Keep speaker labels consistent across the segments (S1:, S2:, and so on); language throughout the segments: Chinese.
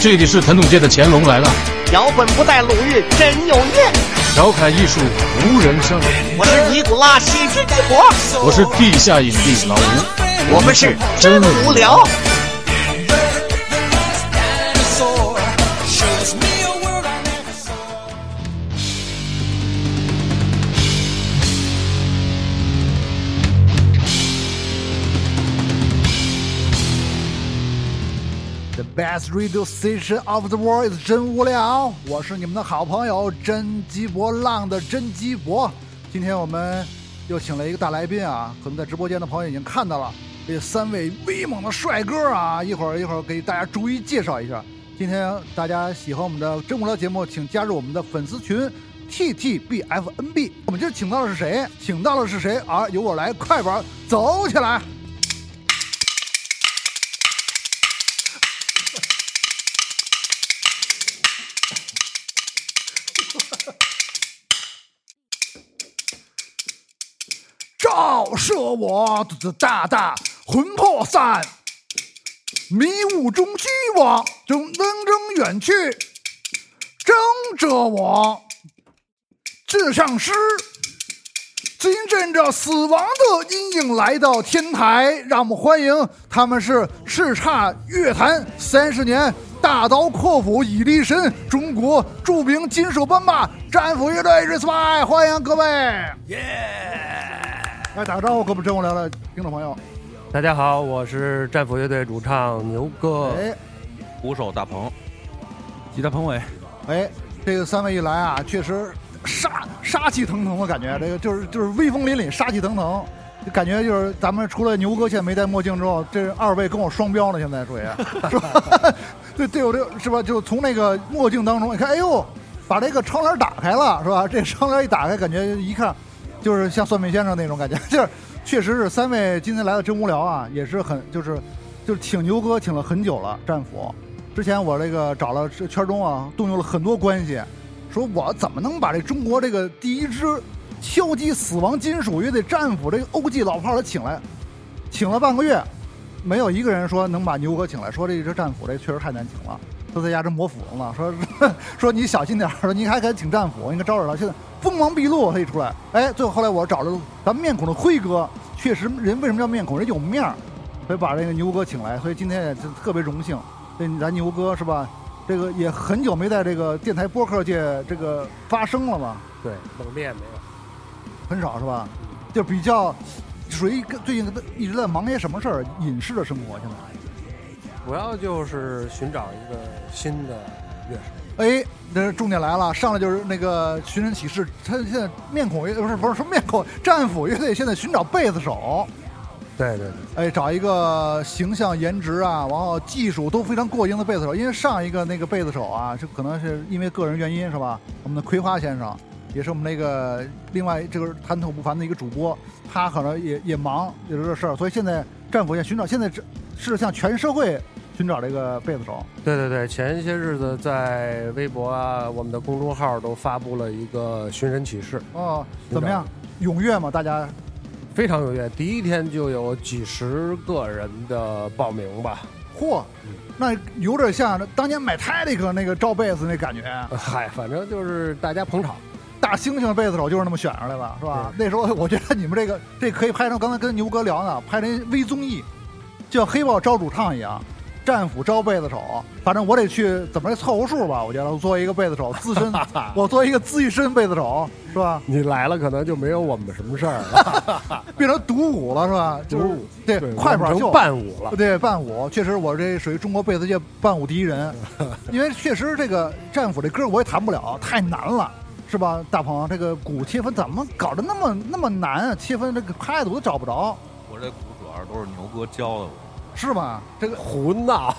S1: 这里是传统界的乾隆来了，
S2: 脚本不带鲁豫真有韵。
S1: 调侃艺术无人商量。
S2: 我是尼古拉西之帝国，
S1: 我是地下影帝老吴，
S2: 我们是真无聊。
S3: The best radio station of the world is 真无聊，我是你们的好朋友真鸡博浪的真鸡博。今天我们又请了一个大来宾啊，可能在直播间的朋友已经看到了，这三位威猛的帅哥啊，一会儿一会儿给大家逐一介绍一下。今天大家喜欢我们的真无聊节目，请加入我们的粉丝群 T T B F N B。我们今儿请到的是谁？请到的是谁？啊，由我来，快板走起来！照射我的大大魂魄散，迷雾中虚妄，正能正远去，争着我至上师。今阵着死亡的阴影来到天台，让我们欢迎他们是叱咤乐坛三十年，大刀阔斧以力神，中国著名金属班霸战斧乐队 respect，欢迎各位！耶！来打个招呼，跟我们真无聊的听众朋友。
S4: 大家好，我是战斧乐队主唱牛哥。
S3: 哎
S5: 鼓手大鹏，
S6: 吉他彭伟，
S3: 哎，这个三位一来啊，确实杀杀气腾腾的感觉，这个就是就是威风凛凛，杀气腾腾。就感觉就是咱们除了牛哥现在没戴墨镜之后，这二位跟我双标呢，现在属于是吧？对对，我这是吧？就从那个墨镜当中，你看，哎呦，把这个窗帘打开了，是吧？这窗帘一打开，感觉一看就是像算命先生那种感觉， 就是确实是三位今天来的真无聊啊，也是很就是就是请牛哥请了很久了，战斧。之前我这个找了这圈中啊，动用了很多关系，说我怎么能把这中国这个第一支敲击死亡金属乐队战斧这个欧记老炮儿给请来，请了半个月，没有一个人说能把牛哥请来，说这支战斧这确实太难请了。都在家这磨斧子呢，说说你小心点儿，说你还敢请战斧，你可招惹他。现在锋芒毕露，他一出来，哎，最后后来我找了咱们面孔的辉哥，确实人为什么叫面孔，人有面儿，所以把这个牛哥请来，所以今天也就特别荣幸，这咱牛哥是吧？这个也很久没在这个电台播客界这个发声了嘛，
S4: 对，猛烈没有。
S3: 很少是吧？就比较属于跟最近一直在忙些什么事儿，隐士的生活现在。
S4: 主要就是寻找一个新的乐手。
S3: 哎，这重点来了，上来就是那个《寻人启事》，他现在面孔乐不是不是说面孔战斧乐队现在寻找贝斯手，
S4: 对对对，
S3: 哎，找一个形象、颜值啊，然后技术都非常过硬的贝斯手。因为上一个那个贝斯手啊，就可能是因为个人原因是吧？我们的葵花先生，也是我们那个另外这个谈吐不凡的一个主播，他可能也也忙，也有这事儿，所以现在战斧也寻找，现在这是向全社会寻找这个贝斯手。
S4: 对对对，前些日子在微博啊，我们的公众号都发布了一个寻人启事，
S3: 哦，怎么样？踊跃嘛，大家
S4: 非常踊跃，第一天就有几十个人的报名吧。
S3: 嚯，那有点像那当年买泰迪克那个照贝斯那感觉，
S4: 呃嗨，反正就是大家捧场。
S3: 大猩猩贝斯手就是那么选上来的，是吧？那时候我觉得你们这个这可以拍成，刚才跟牛哥聊呢，拍成微综艺，就像黑豹招主唱一样，战斧招贝斯手，反正我得去怎么着凑个数吧。我觉得我作为一个贝斯手，资 深，我作为一个资深贝斯手，是吧？
S4: 你来了，可能就没有我们什么事儿了。
S3: 变成独舞了，是吧？就是
S4: 独舞
S3: 对
S4: 对，
S3: 快板
S4: 我们
S3: 秀
S4: 成伴舞了。
S3: 对，伴舞确实，我这属于中国贝斯界伴舞第一人，因为确实这个战斧这歌我也弹不了，太难了，是吧？大鹏，这个鼓切分怎么搞得那么那么难啊？切分这个拍子我都找不着，
S5: 我这鼓主要都是牛哥教的我。
S3: 是吧？这个
S4: 胡闹，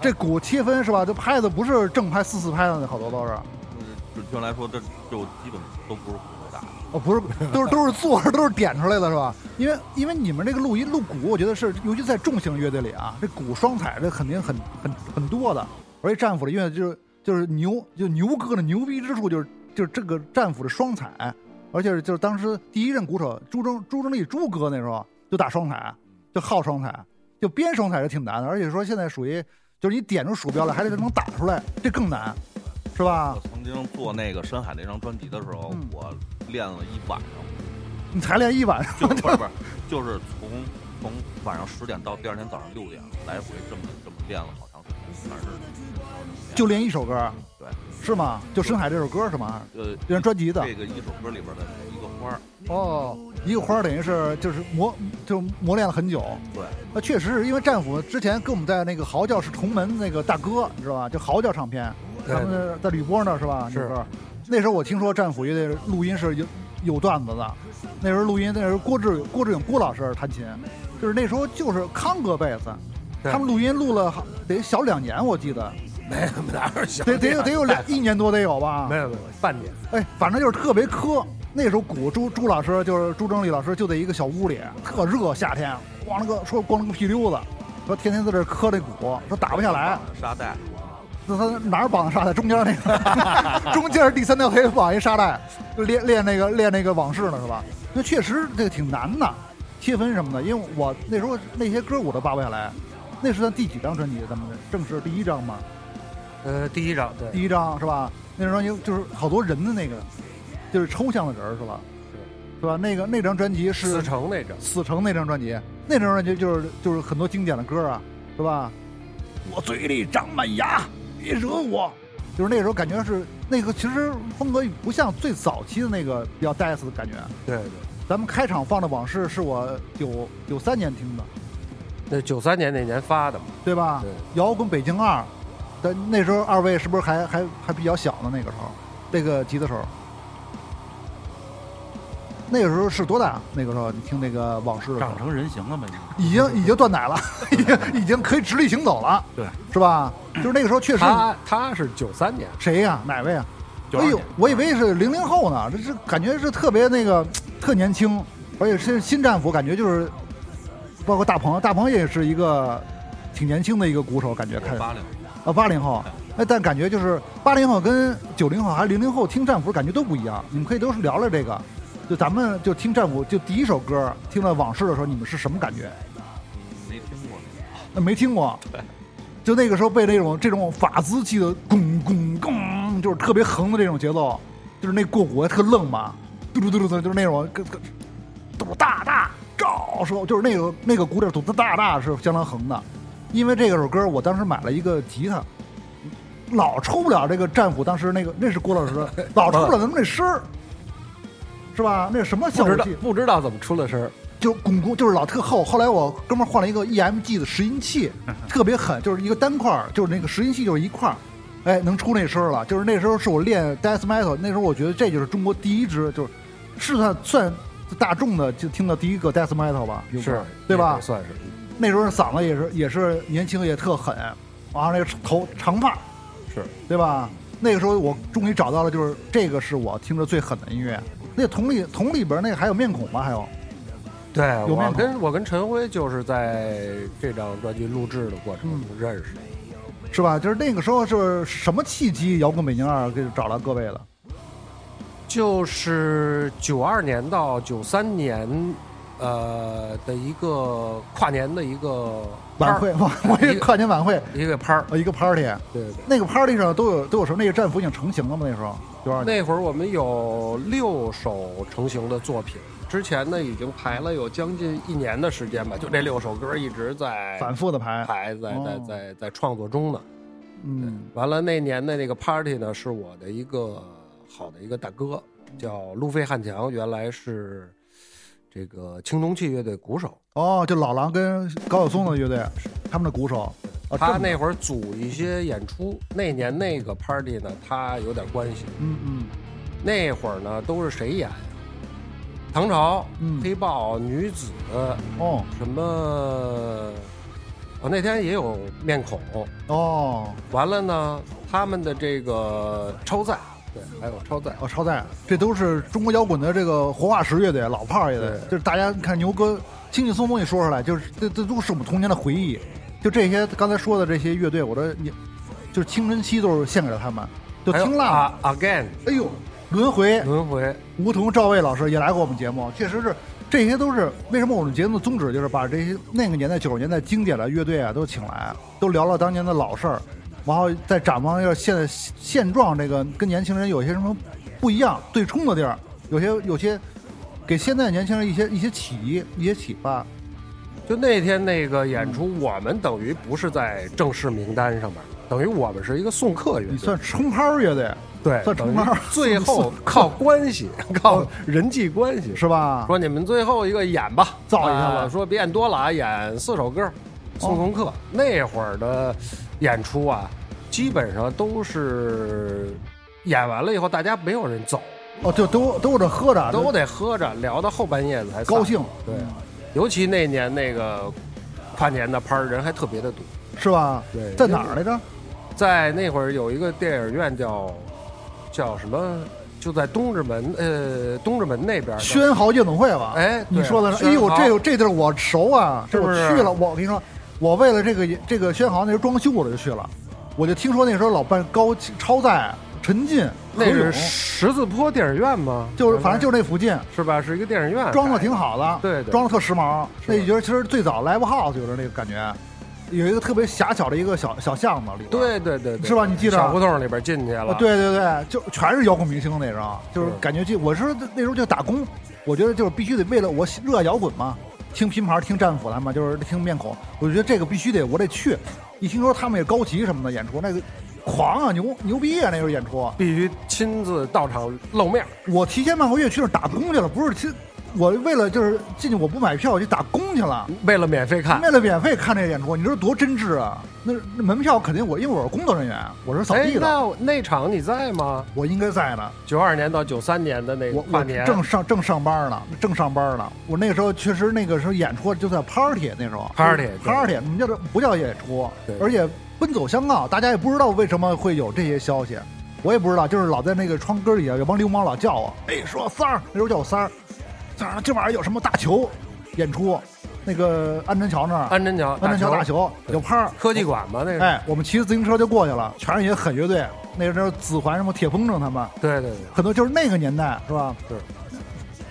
S3: 这鼓切分是吧？这拍子不是正拍四四拍的，好多都是，
S5: 就是准确来说，这就基本都不是鼓手打的。
S3: 哦，不 是，都是都是做着都是点出来的，是吧？因为因为你们这个录音录鼓，我觉得是，尤其在重型乐队里啊，这鼓双踩这肯定很很很多的。而且战斧的音乐就是就是牛，就牛哥的牛逼之处就是就是这个战斧的双踩，而且是就是当时第一任鼓手朱正朱正立朱哥那时候就打双踩，就好双踩，就编双踩是挺难的，而且说现在属于就是你点出鼠标来，还得能打出来，这更难，是吧
S5: 我？曾经做那个深海那张专辑的时候
S3: 嗯，
S5: 我练了一晚上，
S3: 你才练一晚上，
S5: 就是不是 不是，就是从从晚上十点到第二天早上六点，来回这么这么练了好长时间，但是
S3: 就练一首歌，
S5: 对，
S3: 是吗？就《深海》这首歌是吗？
S5: 呃，
S3: 这张专辑的
S5: 这个一首歌里边的一个花儿，
S3: 哦，一个花儿等于是就是磨就磨练了很久。
S5: 对，
S3: 那确实是因为战斧之前跟我们在那个嚎叫是同门那个大哥，你知道吧？就嚎叫唱片，
S4: 对
S3: 他们在吕波那儿是吧？
S4: 是
S3: 那歌那时候我听说战斧乐队录音是有有段子的，那时候录音那时候郭志郭志颖郭老师弹琴，就是那时候就是康哥贝斯，
S4: 对
S3: 他们录音录了好得小两年，我记得
S4: 没有哪有小
S3: 得得有得有两一年多得有吧？
S4: 没有没有半年，
S3: 哎，反正就是特别磕。那时候鼓朱朱老师就是朱正礼老师就在一个小屋里，特热，夏天光了个说光了个屁溜子，说天天在这儿磕这鼓，说打不下来。
S5: 沙袋，
S3: 那他哪儿绑的沙袋？中间那个， 中间第三条腿绑一沙袋，就练练那个练那个往事呢，是吧？那确实这个挺难的，切分什么的，因为我那时候那些歌我都扒不下来。那是咱第几张专辑？咱们正式第一张嘛，
S4: 呃，第一张对
S3: 第一张是吧？那张专辑就是好多人的那个，就是抽象的人儿是吧？是吧？那个那张专辑
S4: 四
S3: 是
S4: 成那张，
S3: 死城那张专辑，那张专辑就是就是很多经典的歌啊，是吧？我嘴里长满牙，别惹我。就是那时候感觉是那个，其实风格不像最早期的那个比较 death 的感觉。
S4: 对对，
S3: 咱们开场放的《往事》是我九九三年听的，
S4: 那九三年那年发的嘛，
S3: 对吧？
S4: 对
S3: 摇滚北京二，但那时候二位是不是还还还比较小呢？那个时候，那个吉他手，那个时候是多大？那个时候你听那个往事的时候
S6: 长，成人形了吗？
S3: 已经已经断 奶了，已经已经可以直立行走了，
S6: 对，
S3: 是吧？就是那个时候确实，
S4: 他他是九三年，
S3: 谁呀、哪位啊？
S6: 92
S3: 哎呦
S6: 年，
S3: 我以为是零零后呢，这这感觉是特别那个特年轻，而且是新战斧，感觉就是包括大鹏，大鹏也是一个挺年轻的一个鼓手，感觉看
S5: 我八零，
S3: 啊，八零后，哎，但感觉就是八零后跟九零后还是零零后听战斧感觉都不一样。你们可以都是聊聊这个，就咱们就听战斧，就第一首歌听到往事的时候，你们是什么感觉？
S5: 嗯没听过那个，
S3: 那没听过，就那个时候被那种这种法兹系的咚咚咚，就是特别横的这种节奏，就是那过鼓还特愣嘛，嘟嘟嘟嘟嘟，就是那种跟跟嘟大大照说，就是那个那个鼓点嘟嘟大大是相当横的。因为这个首歌，我当时买了一个吉他，老抽不了这个战斧，当时那个那是郭老师的， 老抽不了咱们这声儿，是吧？那什么效
S4: 不
S3: 果
S4: 知道
S3: 器？
S4: 不知道怎么出的声儿，
S3: 就是巩固，就是老特厚。后来我哥们儿换了一个 EMG 的拾音 器，特别狠，就是一个单块儿，就是那个拾音器就是一块儿，哎，能出那声儿了。就是那时候是我练 death metal，那时候我觉得这就是中国第一支，就是是算算大众的就听到第一个 death metal 吧，有
S4: 是
S3: 对吧
S4: 也算是
S3: 那时候嗓子也是也是年轻也特狠，然后那个头长发，
S4: 是
S3: 对吧？那个时候我终于找到了，就是这个是我听着最狠的音乐。那桶里桶里边那个还有面孔吧？还有
S4: 对，
S3: 有面孔
S4: 我跟我跟陈辉就是在这张专辑录制的过程
S3: 嗯
S4: 中认识的，
S3: 是吧？就是那个时候是什么契机，摇滚北京二给找到各位了？
S4: 就是九二年到九三年，呃的一个跨年的一个
S3: 晚 会，晚会，跨年晚会，
S4: 趴儿一个拍儿，
S3: 呃，一个 party，
S4: 对对对。
S3: 那个 party 上都有都有什么？那个战斧已经成型了吗？那时候九二年，
S4: 那会儿我们有六首成型的作品，之前呢已经排了有将近一年的时间吧，就这六首歌一直在
S3: 反复的排，
S4: 排，在在
S3: 哦
S4: 在在创作中呢。
S3: 嗯，
S4: 完了那年的那个 party 呢，是我的一个好的一个大哥，叫路飞汉强，原来是这个青铜器乐队鼓手。
S3: 哦，就老狼跟高晓松的乐队，他们的鼓手，啊，
S4: 他
S3: 这么
S4: 那会儿组一些演出，那年那个 party 呢，他有点关系。
S3: 嗯嗯，
S4: 那会儿呢，都是谁演呀？唐朝、
S3: 嗯
S4: 黑豹、女子，
S3: 哦
S4: 什么？我、那天也有面孔。
S3: 哦
S4: 完了呢，他们的这个超载，对，还有超载，
S3: 哦，超载，这都是中国摇滚的这个活化石乐队，老炮儿乐队，
S4: 对
S3: 就是大家看牛哥轻轻松松一说出来，就是这这都是我们童年的回忆。就这些刚才说的这些乐队，我这你就是青春期都是献给了他们，就
S4: 还有
S3: 听浪。
S4: 啊，Again
S3: 哎呦，轮回
S4: 轮回，
S3: 吴桐、赵薇老师也来过我们节目，确实是这些都是为什么我们节目的宗旨就是把这些那个年代九十年代经典的乐队啊都请来，都聊聊当年的老事儿，然后再展望一下现在现状，这个跟年轻人有些什么不一样、对冲的地儿，有些有些给现在年轻人一些一些启迪、一些启发。
S4: 就那天那个演出，我们等于不是在正式名单上面，等于我们是一个送客乐队，
S3: 你算冲泡乐队
S4: 对，
S3: 算
S4: 等于
S3: 成班儿
S4: 最后靠 关系，靠人际关系。
S3: 是吧？
S4: 啊说你们最后一个演吧，
S3: 造一下吧哦
S4: 啊说别演多了啊，演四首歌，送送客。那会儿的演出啊，基本上都是演完了以后，大家没有人走，
S3: 哦，就都都这喝着，
S4: 都得喝着聊到后半夜才散
S3: 啊高兴。，
S4: 对，尤其那年那个跨年的趴儿人还特别的多。
S3: 是吧？
S4: 对
S3: 在哪儿来着？
S4: 在那会儿有一个电影院叫叫什么，就在东直门，呃，东直门那边儿的。
S3: 宣豪夜总会吧？
S4: 哎，
S3: 你说的
S4: 是，
S3: 是，哎呦，这个这地儿我熟啊，
S4: 是不是
S3: 这我去了，我跟你说，我为了这个这个宣豪那时候装修我就去了，我就听说那时候老办高超载、陈进、何
S4: 那是
S3: 勇，
S4: 十字坡电影院吗？
S3: 就是反正就是那附近
S4: 是吧，是一个电影院，
S3: 装的挺好的，
S4: 对对
S3: 装的特时髦。
S4: 是
S3: 那你觉得其实最早 live house 就是那个感觉，有一个特别狭小的一个小小巷子里边，
S4: 对对对，对
S3: 是吧你记着
S4: 小胡同里边进去了，
S3: 啊，，对对对，就全是摇滚明星那时候，就是
S4: 是
S3: 感觉就我是那时候就打工，我觉得就是必须得为了我喜热爱摇滚嘛，听拼盘、听战斧他们，就是听面孔，我觉得这个必须得我得去。一听说他们也高旗什么的演出，那个狂啊，牛牛逼啊！那时候演出，
S4: 必须亲自到场露面儿，
S3: 我提前半个月去那儿打工去了，不是去，我为了就是进去我不买票，我去打工去了。
S4: 为了免费看。
S3: 为了免费看这个演出，你说多真挚啊！那那门票肯定我，因为我是工作人员，我是扫
S4: 哎
S3: 地，的，
S4: 那那场你在吗？
S3: 我应该在的。
S4: 九二年到九三年的那个
S3: 我
S4: 跨
S3: 我
S4: 年，
S3: 正上正上班呢，正上班呢。我那个时候确实那个时候演出就在 party 那时候
S4: Party，
S3: 就是 party，我们叫做不叫演出
S4: 对，
S3: 而且奔走相告，大家也不知道为什么会有这些消息，我也不知道，就是老在那个窗根底下有帮流氓老叫我，哎，说三儿，那时候叫我三儿，三儿今晚上有什么大球演出，那个安贞桥那儿，
S4: 安贞桥，
S3: 安贞桥
S4: 大
S3: 大球有拍儿。
S4: 科技馆嘛，那是，
S3: 哎，我们骑着自行车就过去了，全是一些狠乐队，那时候紫环什么铁风筝他们，
S4: 对对对。
S3: 很多就是那个年代是吧？
S4: 是。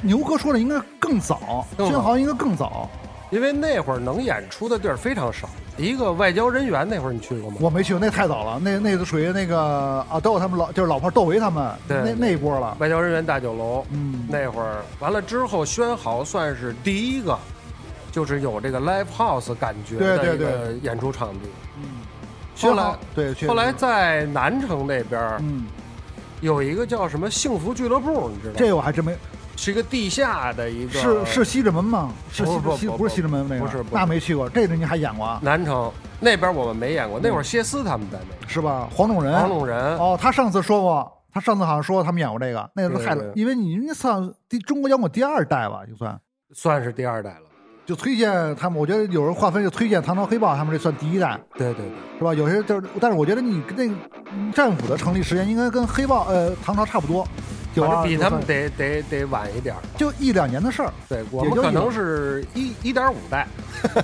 S3: 牛哥说的应该更早，
S4: 更早
S3: 宣豪应该更早，
S4: 因为那会儿能演出的地儿非常少，一个外交人员那会儿你去过吗？
S3: 我没去，那太早了，那那都属于那个啊，豆他们老就是老炮儿窦唯他们
S4: 对
S3: 那
S4: 对
S3: 那一波了，
S4: 外交人员大酒楼，
S3: 嗯，
S4: 那会儿完了之后，宣豪算是第一个，就是有这个 live house 感觉
S3: 对
S4: 的
S3: 对嗯
S4: 一个演出场地。
S3: 宣
S4: 后来
S3: 豪对，确实
S4: 后来在南城那边儿
S3: 嗯，
S4: 有一个叫什么幸福俱乐部，你知道吗？
S3: 这个我还真没
S4: 是一个地下的一个，
S3: 是是西直门吗？是西
S4: 不不
S3: 西
S4: 不
S3: 不是西直门那个，
S4: 不是不是
S3: 那没去过，这个你还演过啊？
S4: 南城那边我们没演过，那会儿谢斯他们在那
S3: 是吧？黄种人，
S4: 边，黄种人
S3: 哦，他上次说过，他上次好像说他们演过这个，那个
S4: 对
S3: 是害了
S4: 对，
S3: 因为你那算第中国摇滚第二代吧，就算。
S4: 算是第二代了。
S3: 就推荐他们，我觉得有人划分就推荐唐朝黑豹，他们这算第一代，
S4: 对对对，
S3: 是吧？有些就是，但是我觉得你跟那个战斧的成立时间应该跟黑豹呃唐朝差不多，九
S4: 反
S3: 二
S4: 正比他们得得得晚一点儿。
S3: 就一两年的 事儿。
S4: 对我
S3: 也
S4: 们
S3: 就
S4: 可
S3: 一
S4: 能
S3: 种
S4: 是一一点五代，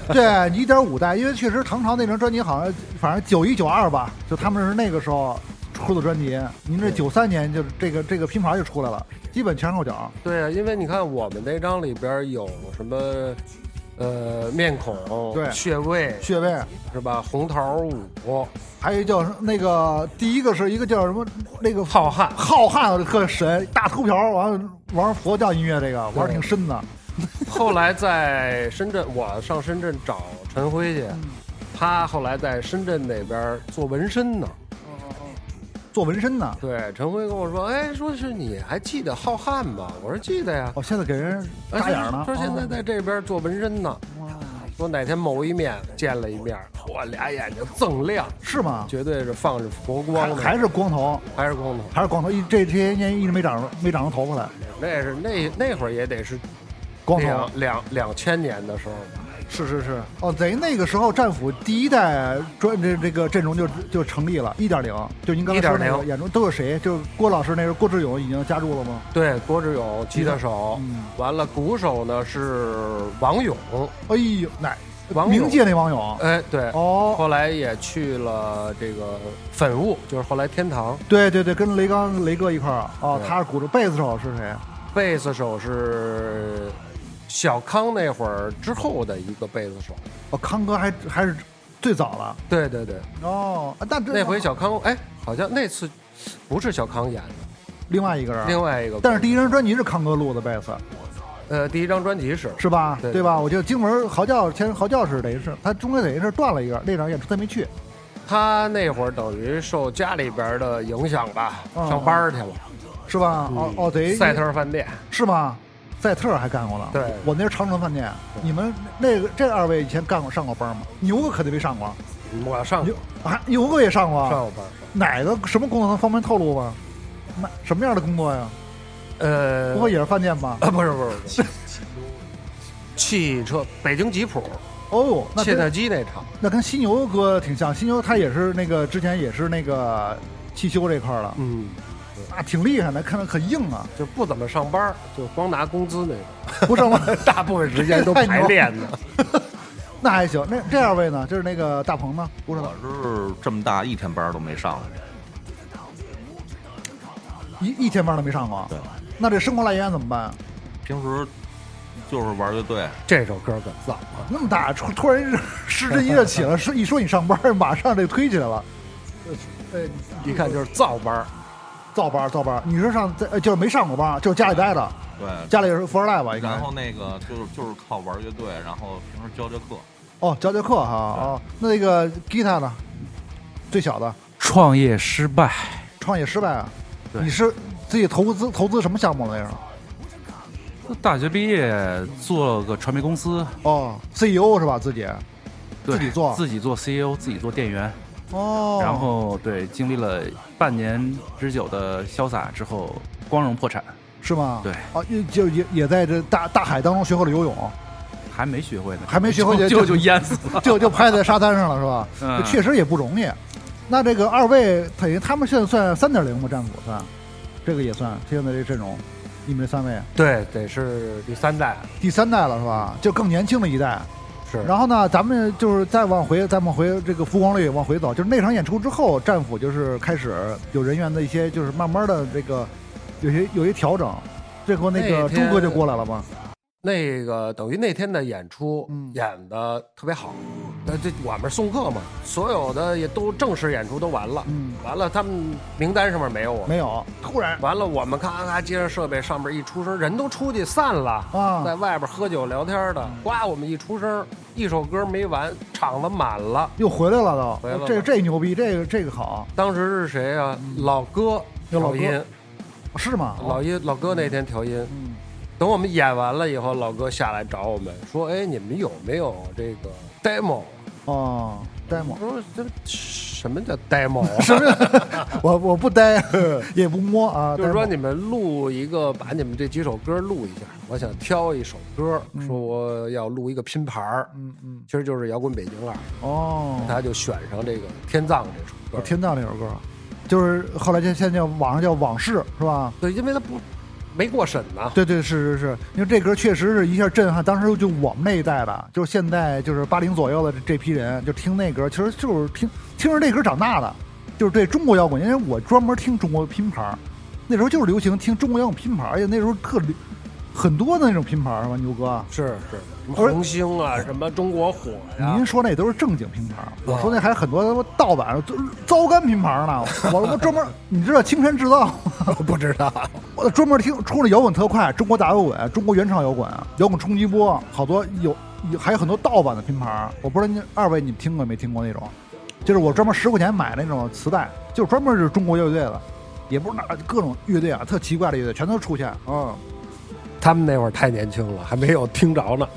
S3: 对，一点五代，因为确实唐朝那张专辑好像反正九一九二吧，就他们是那个时候出的专辑。您这
S4: 对
S3: 九三年就是这个这个拼盘就出来了，基本全靠脚。
S4: 对啊，因为你看我们那张里边有什么，呃，面孔，
S3: 对
S4: 穴位
S3: 穴位，
S4: 是吧？红桃五，
S3: 还有一叫什么那个第一个是一个叫什么那个
S4: 浩瀚，
S3: 浩瀚特神，大秃瓢儿，完了玩佛教音乐这个
S4: 对
S3: 玩儿挺深的，
S4: 后来在深圳，我上深圳找陈辉去，
S3: 嗯
S4: 他后来在深圳那边做纹身呢。
S3: 做纹身呢。
S4: 对，陈辉跟我说，哎，说是你还记得浩瀚吗？我说记得呀。
S3: 哦，现在给人
S4: 哎
S3: 扎眼儿呢。
S4: 说说现在
S3: 哦
S4: 在这边做纹身呢。说哪天某一面见了一面，我俩眼睛锃亮，
S3: 是吗？
S4: 绝对是放着佛光
S3: 还
S4: 的，
S3: 还是光头，
S4: 还是光头。
S3: 还是光头，一这这些年一直没长出没长出头发来，
S4: 那是那那会儿也得是
S3: 光头。
S4: 两两两千年的时候吧，
S3: 是是是。哦，贼那个时候战斧第一代专这这个阵容就就成立了，一点零，就您刚才说那个
S4: 1.0
S3: 眼中都有谁？就是郭老师那时候郭志勇已经加入了吗？
S4: 对，郭志勇吉他手，
S3: 嗯
S4: 完了鼓手呢是王勇，
S3: 哎呦，那
S4: 王勇
S3: 冥界那王勇。
S4: 哎对，
S3: 哦，
S4: 后来也去了这个粉雾，就是后来天堂，
S3: 对对对，跟雷刚雷哥一块儿啊。哦，
S4: 对
S3: 他是鼓着贝斯手是谁？
S4: 贝斯手是小康那会儿之后的一个贝斯手。
S3: 哦，康哥还还是最早了
S4: 对对对，
S3: 哦，啊但这
S4: 那回小康哎，好像那次不是小康演的，
S3: 另外一个人，
S4: 另外一个。
S3: 啊但是第一张专辑是康哥录的贝斯，
S4: 呃第一张专辑是
S3: 是吧？
S4: 对
S3: 吧？我记得荆门嚎叫前嚎叫是等于是他中间等于是断了一个，那场演出他没去，
S4: 他那会儿等于受家里边的影响吧，
S3: 嗯
S4: 上班儿去了，
S3: 是吧？哦哦，等于
S4: 嗯赛特饭店。
S3: 是吗？赛特还干过呢。
S4: 对
S3: 我那是长城饭店。你们那个这二位以前干过上过班吗？牛哥肯定没上过，
S4: 我上
S3: 牛啊，牛哥也上过。
S4: 上过班儿上过，
S3: 哪个什么工作？能方便透露吗？那什么样的工作呀？
S4: 呃，
S3: 不会也是饭店吧？
S4: 啊，不是不是不 是，汽车北京吉普
S3: 哦，那
S4: 切
S3: 跟
S4: 特基那场，
S3: 那跟犀牛哥挺像。犀牛他也是那个之前也是那个汽修这块儿的，
S4: 嗯，
S3: 啊，挺厉害的，看着很硬啊，
S4: 就不怎么上班儿，就光拿工资那种，
S3: 不上吗？
S4: 大部分时间都排练呢。
S3: 那还行。那这二位呢？就是那个大鹏呢？不是
S5: 我是这么大一天班都没上过，
S3: 一一天班都没上过。
S5: 对。
S3: 那这生活来源怎么办？
S5: 平时就是玩乐队，
S4: 这首歌可早啊，
S3: 那么大，突突然热失真一热起了，说一说你上班，马上这推起来了。呃，
S4: 一看就是造班儿，
S3: 造班儿造班儿，你是上在呃就是没上过班儿，就是家里待的，
S5: 对，
S3: 家里是富二代吧？应该
S5: 然后那个就是就是靠玩乐队，然后平时教教课，
S3: 哦，教教课哈哦，那个吉他呢？最小的
S6: 创业失败，
S3: 创业失败啊？
S6: 对哦
S3: 你是自己投资投资什么项目来着？
S6: 大学毕业做了个传媒公司，
S3: 哦，CEO 是吧？自己
S6: 对
S3: 自己做
S6: 自己做 CEO，自己做店员，
S3: 哦，
S6: 然后对经历了半年之久的潇洒之后，光荣破产，
S3: 是吗？
S6: 对
S3: 啊，也就也也在这大大海当中学会了游 泳，
S6: 还没学会呢，
S3: 还没学会
S6: 就
S3: 就
S6: 就就淹死 了。
S3: 就就拍在沙滩上了是吧？
S6: 嗯
S3: 确实也不容易。那这个二位等于他们现在算三点零吗？战斧算，这个也算现在这阵容，你们这三位
S4: 对，得是第三代啊
S3: 第三代了是吧？就更年轻的一代。
S4: 是，
S3: 然后呢，咱们就是再往回，再往回这个浮光率往回走，就是那场演出之后，战斧就是开始有人员的一些，就是慢慢的这个有些有些调整。这后那个
S4: 那
S3: 朱
S4: 天
S3: 哥就过来了嘛，
S4: 那个等于那天的演出
S3: 嗯
S4: 演的特别好，呃，这我们送客嘛，所有的也都正式演出都完了，
S3: 嗯，
S4: 完了他们名单上面没有我，
S3: 没有，突然
S4: 完了我们咔咔咔接上设备上边一出声，人都出去散了，
S3: 啊嗯
S4: 在外边喝酒聊天的，呱，我们一出声，一首歌没完，场子满了。
S3: 又回来了
S4: 回来
S3: 都，
S4: 了
S3: 这这牛逼，这个这个好
S4: 当时是谁啊？老哥
S3: 嗯有老
S4: 调
S3: 哥
S4: 音，
S3: 是吗？
S4: 老音老哥那天调音。
S3: 嗯
S4: 等我们演完了以后，老哥下来找我们说：“哎，你们有没有这个 demo？”
S3: 哦，demo
S4: 我。说：“这 什么叫 demo？”
S3: 什么呀？我我不呆， 也不摸啊。
S4: 就是说
S3: 呆
S4: 你们录一个，把你们这几首歌录一下。我想挑一首歌，说我要录一个拼盘儿，
S3: 摸，嗯嗯，
S4: 其实就是摇滚北京二。啊
S3: 哦，
S4: 他就选上这个《天葬》这首歌。
S3: 我听到那首歌，就是后来就现在叫网上叫往事是吧？
S4: 对，因为他不没过审呢。
S3: 对对是是是，因为这歌确实是一下震撼，当时就我们那一代的，就是现在就是八零左右的这这批人，就听那歌，其实就是听听着这歌长大的，就是对中国摇滚，因为我专门听中国拼盘儿，那时候就是流行听中国摇滚拼盘儿，而且那时候特流很多的那种拼盘儿是吧，牛哥？
S4: 是是，什么
S3: 不是
S4: 红星啊，什么中国火呀
S3: 您，说那都是正经拼盘儿，我说那还很多他妈盗版、糟干拼盘儿呢。我我专门，你知道青山制造？不知道。 我专门听出了摇滚特快、中国大摇滚、中国原创摇滚、啊摇滚冲击波，好多有有还有很多盗版的拼盘儿。我不知道您二位你们听过没听过那种？就是我专门十块钱买那种磁带，就是专门是中国乐队的，也不是哪各种乐队啊，特奇怪的乐队全都出现。嗯，
S4: 他们那会儿太年轻了，还没有听着呢。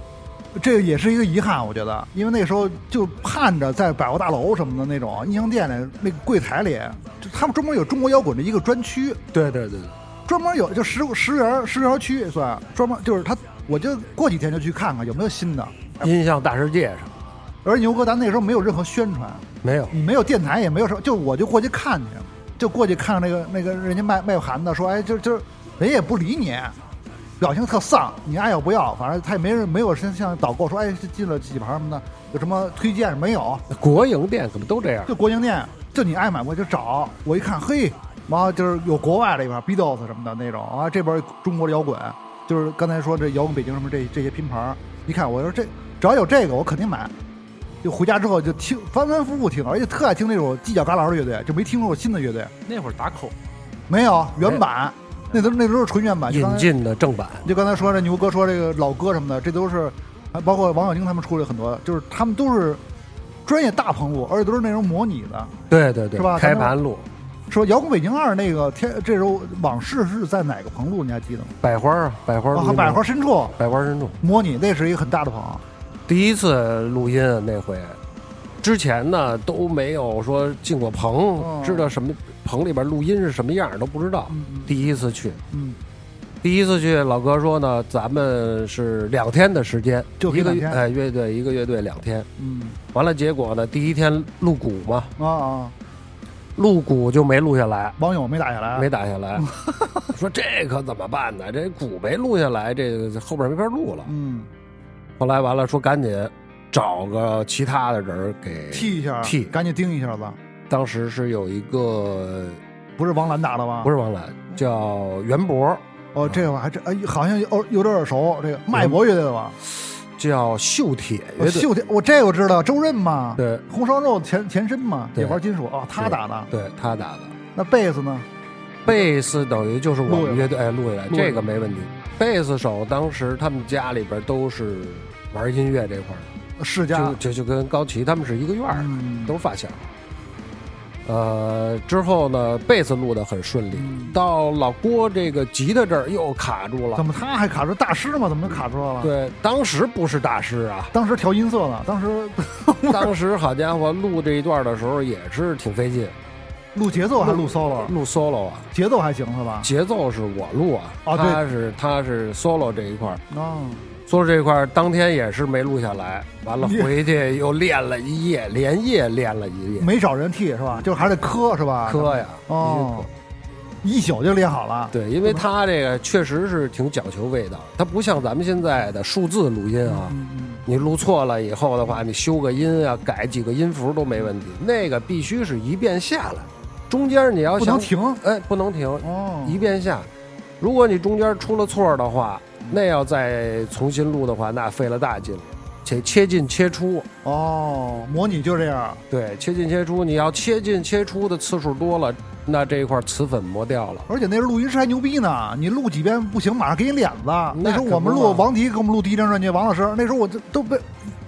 S3: 这也是一个遗憾，我觉得，因为那时候就盼着在百货大楼什么的那种音像店里那个柜台里，就他们专门有中国摇滚的一个专区，
S4: 对对对，
S3: 专门有就十十元十元区也算，专门就是他，我就过几天就去看看有没有新的。
S4: 音像大世界上
S3: 而牛哥，咱那时候没有任何宣传，
S4: 没有。
S3: 没有电台，也没有什么，就我就过去看去，就过去看那个那个人家卖卖盘的，说哎，就就人也不理你，表情特丧，你爱要不要？反正他也没人没有像像导购说哎这进了几盘什么的，有什么推荐没有？
S4: 国营店可不都这样？
S3: 就国营店，就你爱买我就找，我一看嘿，然后就是有国外的一盘 Beatles 什么的那种啊，这边中国的摇滚，就是刚才说这摇滚北京什么这这些拼盘儿，一看我说这只要有这个我肯定买，就回家之后就听反反复复听，而且特爱听那种犄角旮旯的乐队，就没听说过新的乐队，
S6: 嗯那会儿打口，
S3: 没有原版，那都那都是纯原版，就刚
S4: 引
S3: 才
S4: 进的正版，
S3: 就刚才说这牛哥说这个老歌什么的，这都是，还包括王小晶他们出了很多，就是他们都是专业大棚录，而且都是那种模拟的。
S4: 对对对，
S3: 是吧
S4: 开
S3: 咱们
S4: 盘录，
S3: 说《摇滚北京二》那个天，这时候往事是在哪个棚录？你还记得吗？
S4: 百花儿啊，百花儿录
S3: 啊，
S4: 音，
S3: 百花深处
S4: 百花深处。
S3: 模拟，那是一个很大的棚。啊
S4: 第一次录音啊那回，之前呢都没有说进过棚，
S3: 哦
S4: 知道什么棚里边录音是什么样儿都不知道。
S3: 嗯
S4: 第一次去，
S3: 嗯，
S4: 第一次去，老哥说呢，咱们是两天的时间，
S3: 就
S4: 一个
S3: 两
S4: 乐
S3: 天
S4: 哎乐队一个乐队两天。
S3: 嗯
S4: 完了，结果呢，第一天录鼓嘛，
S3: 啊啊，
S4: 录鼓就没录下来，
S3: 网友没打下来，啊
S4: 没打下 来。说这可怎么办呢？这鼓没录下来，这个后边没法录了。
S3: 嗯
S4: 后来完了，说赶紧找个其他的人儿给
S3: 踢一下，
S4: 踢
S3: 赶紧盯一下子，
S4: 当时是有一个
S3: 不是王蓝打的吧？
S4: 不
S3: 是，
S4: 是王蓝，叫袁博，
S3: 哦，这个我还真哎，好像有有点耳熟，这个脉搏乐队的吧？
S4: 叫锈铁
S3: 我
S4: 乐队。
S3: 哦秀天，我这个我知道，周润嘛，
S4: 对
S3: 红烧肉前前身嘛，
S4: 对
S3: 也玩金属哦，他打的。
S4: 对，他打的
S3: 那贝斯呢？
S4: 贝斯，等于就是我
S3: 录下
S4: 们
S3: 来
S4: 乐队哎录下来，
S3: 录下来
S4: 这个没问题。贝斯手当时他们家里边都是玩音乐这块儿
S3: 世
S4: 的，
S3: 家
S4: 就，就就跟高旗他们是一个院儿的，
S3: 嗯，
S4: 都是发小。呃，之后呢，贝斯录的很顺利，
S3: 嗯
S4: 到老郭这个吉他这儿又卡住了
S3: 怎。么他还卡住大师嘛？怎么就卡住了？，
S4: 对，当时不是大师啊，
S3: 当时调音色呢，当时
S4: 当时好家伙，录这一段的时候也是挺费劲，
S3: 录节哦奏还是录 solo，
S4: 录 solo 啊，
S3: 节奏还行是吧？
S4: 节奏是我录啊，
S3: 哦对
S4: 他是他是 solo 这一块儿
S3: 啊，
S4: ，solo 这一块儿当天也是没录下来，完了
S3: 你
S4: 回去又练了一夜，连夜练了 一夜，
S3: 没找人替是吧？就还得磕是吧？
S4: 磕呀，
S3: 哦
S4: 必须磕，
S3: 一宿就练好了。
S4: 对，因为他这个确实是挺讲究味道，他不像咱们现在的数字录音啊。
S3: 嗯嗯，
S4: 你录错了以后的话，你修个音啊，改几个音符都没问题。那个必须是一遍下来，中间你要
S3: 不能
S4: 想
S3: 停
S4: 哎，不能停，
S3: 哦，
S4: 一遍下。如果你中间出了错儿的话，那要再重新录的话，那费了大劲了。且切进切出，
S3: 哦，模拟就这样。
S4: 对，切进切出，你要切进切出的次数多了，那这一块磁粉磨掉了。
S3: 而且那时候录音师还牛逼呢，你录几遍不行，马上给你脸子。那时候我们
S4: 可不
S3: 录
S4: 嘛
S3: 王迪给我们录第一张专辑，王老师那时候我这都备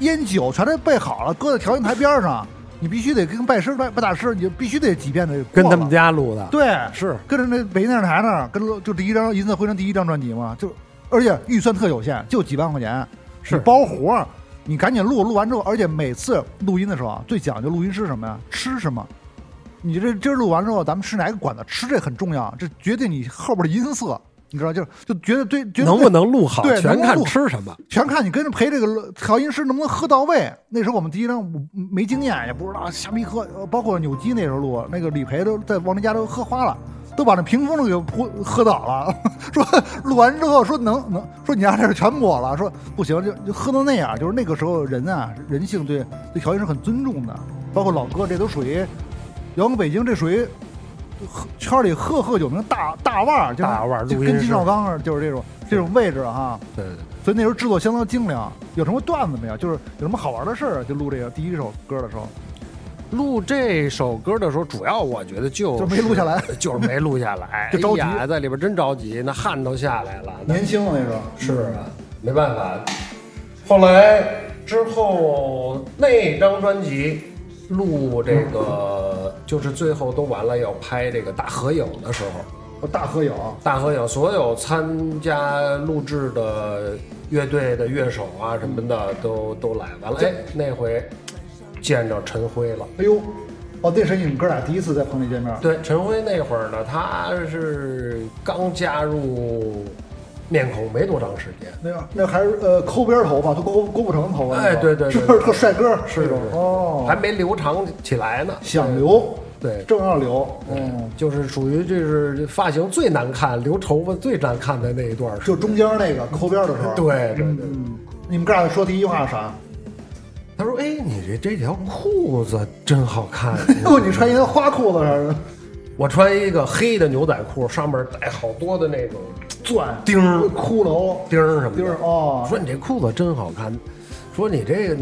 S3: 烟酒全都备好了，搁在调音台边上，你必须得跟拜师拜拜大师，你就必须得几遍得过
S4: 跟
S3: 了
S4: 他们家录的，
S3: 对，
S4: 是
S3: 跟着那北京电视台那儿跟着就第一张《银色徽章》第一张专辑嘛，就而且预算特有限，就几万块钱，
S4: 是
S3: 你包活儿，你赶紧录，录完之后，而且每次录音的时候啊，最讲究录音师什么呀？吃什么？你这今儿录完之后，咱们吃哪个馆子吃这很重要，这决定你后边的音色，你知道，就是就觉得对，觉得
S4: 能不能录好
S3: 对能
S4: 全
S3: 不能
S4: 看
S3: 录
S4: 吃什么。
S3: 全看你跟着陪这个调音师能不能喝到位。那时候我们第一张我没经验，也不知道瞎逼喝，呃包括扭机那时候录，那个李培都在王林家都喝花了，都把那屏风都给泼喝倒了。 说录完之后说能能说你家这是全抹了，说不行就就喝到那样，就是那个时候人啊人性对对调音师很尊重的，包括老哥这都属于摇滚北京这属于。呵圈里赫赫有名的大大腕儿，就是
S4: 大腕儿
S3: 就
S4: 录音
S3: 跟
S4: 师
S3: 金少刚似的，就是这种这种位置哈、
S4: 对对对。
S3: 所以那时候制作相当精良。有什么段子没有？就是有什么好玩的事儿啊，就录这个第一首歌的时候，
S4: 录这首歌的时候，主要我觉得就
S3: 就没录下来，
S4: 就是没录下 来，
S3: 就着急
S4: 哎呀在里边真着急，那汗都下来了。那
S3: 年轻那时候
S4: 是啊，没办法。后来之后那张专辑录这
S3: 嗯
S4: 个，就是最后都完了，要拍这个大合影的时候，
S3: 我大啊合影，
S4: 大合影，所有参加录制的乐队的乐手啊什么的都都来完了。哎，那回见着陈辉了。
S3: 哎呦，哦，那是你们哥俩第一次在棚里见面，
S4: 对，陈辉那会儿呢，他是刚加入面孔没多长时间，
S3: 那样那还是呃抠边头发，就郭郭富城头啊发那种，
S4: 哎对对对
S3: 是不是特帅哥
S4: 是
S3: 那种？哦，
S4: 还没留长起来呢。
S3: 想留，
S4: 对，
S3: 正要留，嗯，
S4: 就是属于这是发型最难看、留头发最难看的那一段儿时
S3: 就
S4: 间。
S3: 中间那个抠边的时候，
S4: 对对对，
S3: 嗯，你们哥俩说第一句话是啥？
S4: 他说：“哎，你这这条裤子真好看。
S3: 哟，你穿一条花裤子啥的，
S4: 我穿一个黑的牛仔裤，上面带好多的那种
S3: 钻
S4: 钉儿、
S3: 骷髅
S4: 钉儿什么的。
S3: 钉儿哦
S4: 说你这裤子真好看，说你这个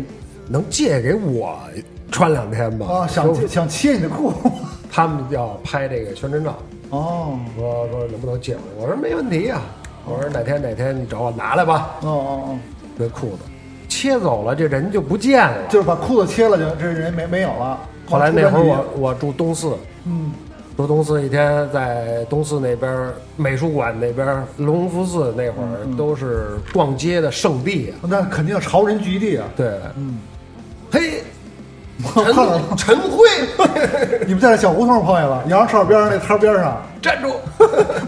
S4: 能借给我穿两天吗？
S3: 啊，想
S4: 说
S3: 切想切你的裤
S4: 他们要拍这个宣传照，
S3: 哦
S4: 说说能不能借我？我说没问题呀、我说哪天哪天你找我拿来吧，
S3: 哦哦哦，
S4: 这裤子切走了，这人就不见了。
S3: 就是把裤子切了就这人没没有了。
S4: 后来那会儿
S3: 出
S4: 我我住东四，
S3: 嗯
S4: 住东四一天在东四那边儿美术馆那边儿隆福寺那会
S3: 嗯
S4: 儿都是逛街的圣地啊。
S3: 那肯定潮人聚集地啊。
S4: 对，
S3: 嗯，
S4: 嘿，
S3: 靠
S4: 陈陈辉
S3: 你们在小胡同碰见了，羊肉串边上那摊边上，
S4: 站住，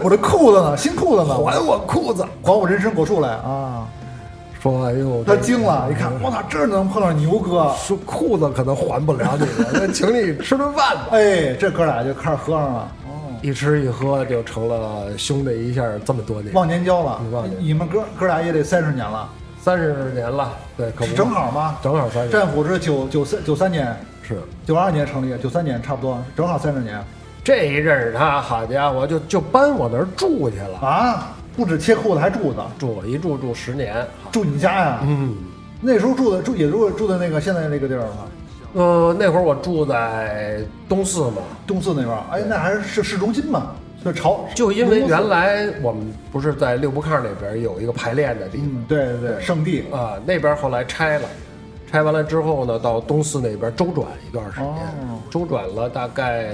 S3: 我这裤子呢？新裤子呢？
S4: 还我裤子！
S3: 还我人参果树来啊！
S4: 说哎呦，
S3: 他
S4: 这
S3: 惊了，一看，
S4: 嗯
S3: 我操，这能碰上牛哥？
S4: 说裤子可能还不了你了，那请你吃顿饭吧。
S3: 哎，这哥俩就开始喝上了，哦，
S4: 一吃一喝就成了兄弟一下这么多年，
S3: 忘年交
S4: 你忘
S3: 了。
S4: 年
S3: 你们哥哥俩也得三十年了，
S4: 三十年了，对，可不
S3: 正好吗？
S4: 正好三十
S3: 战虎是九九三九三年，
S4: 是。
S3: 九二年成立，九三年差不多，正好三十年
S4: 这一阵儿他好家伙就就搬我那儿住去了，
S3: 啊！不止切裤子，还住呢，
S4: 住了一住住十年。
S3: 住你们家呀？
S4: 嗯，
S3: 那时候住的住也住住在那个现在那个地儿吗？
S4: 呃，那会儿我住在东四嘛，
S3: 东四那边儿，哎，那还是市市中心嘛，就是朝，
S4: 就因为
S3: 东四
S4: 原来我们不是在六步炕那边有一个排练的地方
S3: 嗯，对对对，圣地
S4: 啊、那边后来拆了，拆完了之后呢，到东四那边周转一段时间，
S3: 哦
S4: 周转了大概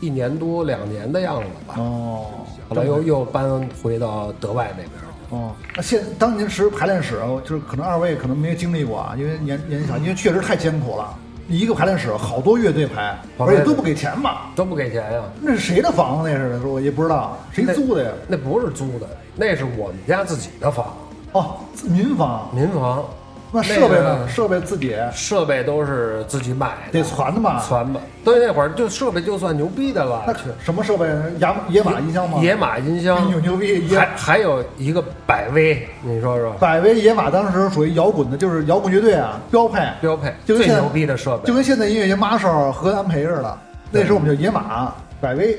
S4: 一年多两年的样子吧，
S3: 哦
S4: 后来又又搬回到德外那边去了。
S3: 哦，那现当年时排练室，哦就是可能二位可能没经历过啊，因为年年纪小，因为确实太艰苦了。一个排练室好多乐队排，
S4: 好
S3: 而且
S4: 排
S3: 都不给钱吧？
S4: 都不给钱啊呀、
S3: 那是谁的房子？那是说我也不知道谁租的呀？
S4: 那不是租的，那是我们家自己的房，
S3: 哦，民房。
S4: 民房。
S3: 那
S4: 个
S3: 设备呢？设备自己
S4: 设备都是自己买
S3: 得
S4: 的，
S3: 攒的吧？
S4: 传吧。对，那会儿就设备就算牛逼的了
S3: 那，
S4: 去
S3: 什么设备？雅马野马音箱吗？
S4: 野马音箱
S3: 牛，牛逼！野
S4: 还还有一个百威，你说说
S3: 百威野马当时属于摇滚的，就是摇滚乐队啊，标配，
S4: 标配
S3: 就跟
S4: 最
S3: 现在
S4: 牛逼的设备
S3: 就跟现在音乐节 Marshall 和安培似的。那时候我们叫野马、百威，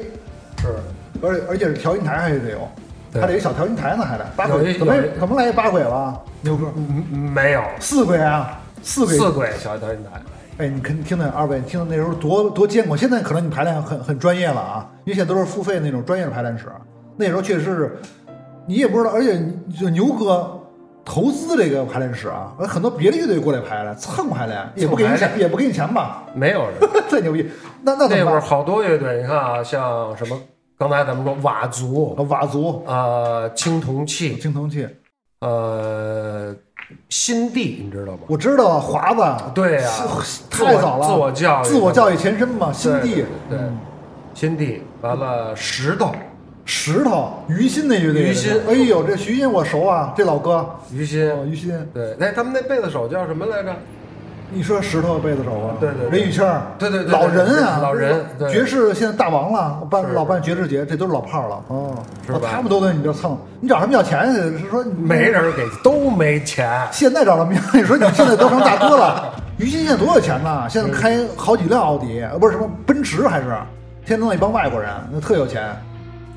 S4: 是
S3: 而且而且是调音台还得有，
S4: 对
S3: 还得有小调音台呢，还得八
S4: 有
S3: 轨，
S4: 一
S3: 怎么
S4: 有一
S3: 怎么来一八轨了？牛哥，
S4: 嗯没有
S3: 四轨啊，四轨。
S4: 四轨小调音台，
S3: 哎，你肯听那二位，你听的那时候多多艰苦。现在可能你排练很很专业了啊，因为现在都是付费那种专业的排练室。那时候确实是，你也不知道，而且你就牛哥投资这个排练室啊，而很多别的乐队过来排了，蹭排练， 也不给你
S4: 蹭排
S3: 钱，也不给你钱吧？
S4: 没有人。
S3: 再牛逼，那那怎
S4: 那
S3: 么
S4: 会儿
S3: 办？
S4: 好多乐队，你看啊，像什么刚才咱们说佤族，
S3: 瓦族、
S4: 呃，青铜器，
S3: 青铜器，
S4: 呃，新地，你知道吗？
S3: 我知道啊华子，
S4: 对呀
S3: 是太早了，
S4: 自我教育
S3: 自我教育前身嘛，新地啊嗯
S4: 对、对，新地完了石头，
S3: 石头、于心那乐队，
S4: 于心
S3: 哎呦，这于心我熟啊，这老哥，
S4: 于心，
S3: 哦，于心，嗯
S4: 对，哎，他们那贝斯手叫什么来着？
S3: 你说石头背子手啊，
S4: 对对对
S3: 雷雨谦，
S4: 对对对对
S3: 老人啊，
S4: 老人对
S3: 爵士现在大王了，办
S4: 是
S3: 老办爵士节，这都是老炮儿了，哦，
S4: 是吧
S3: 哦他们都跟你这蹭，你找他们要钱去，是说你
S4: 没，人给，都没钱。
S3: 现在找他们要， 你说你现在都成大哥了，于心现在多有钱呐，现在开好几辆奥迪，呃不是什么奔驰，还是天天弄一帮外国人，那特有钱，啊，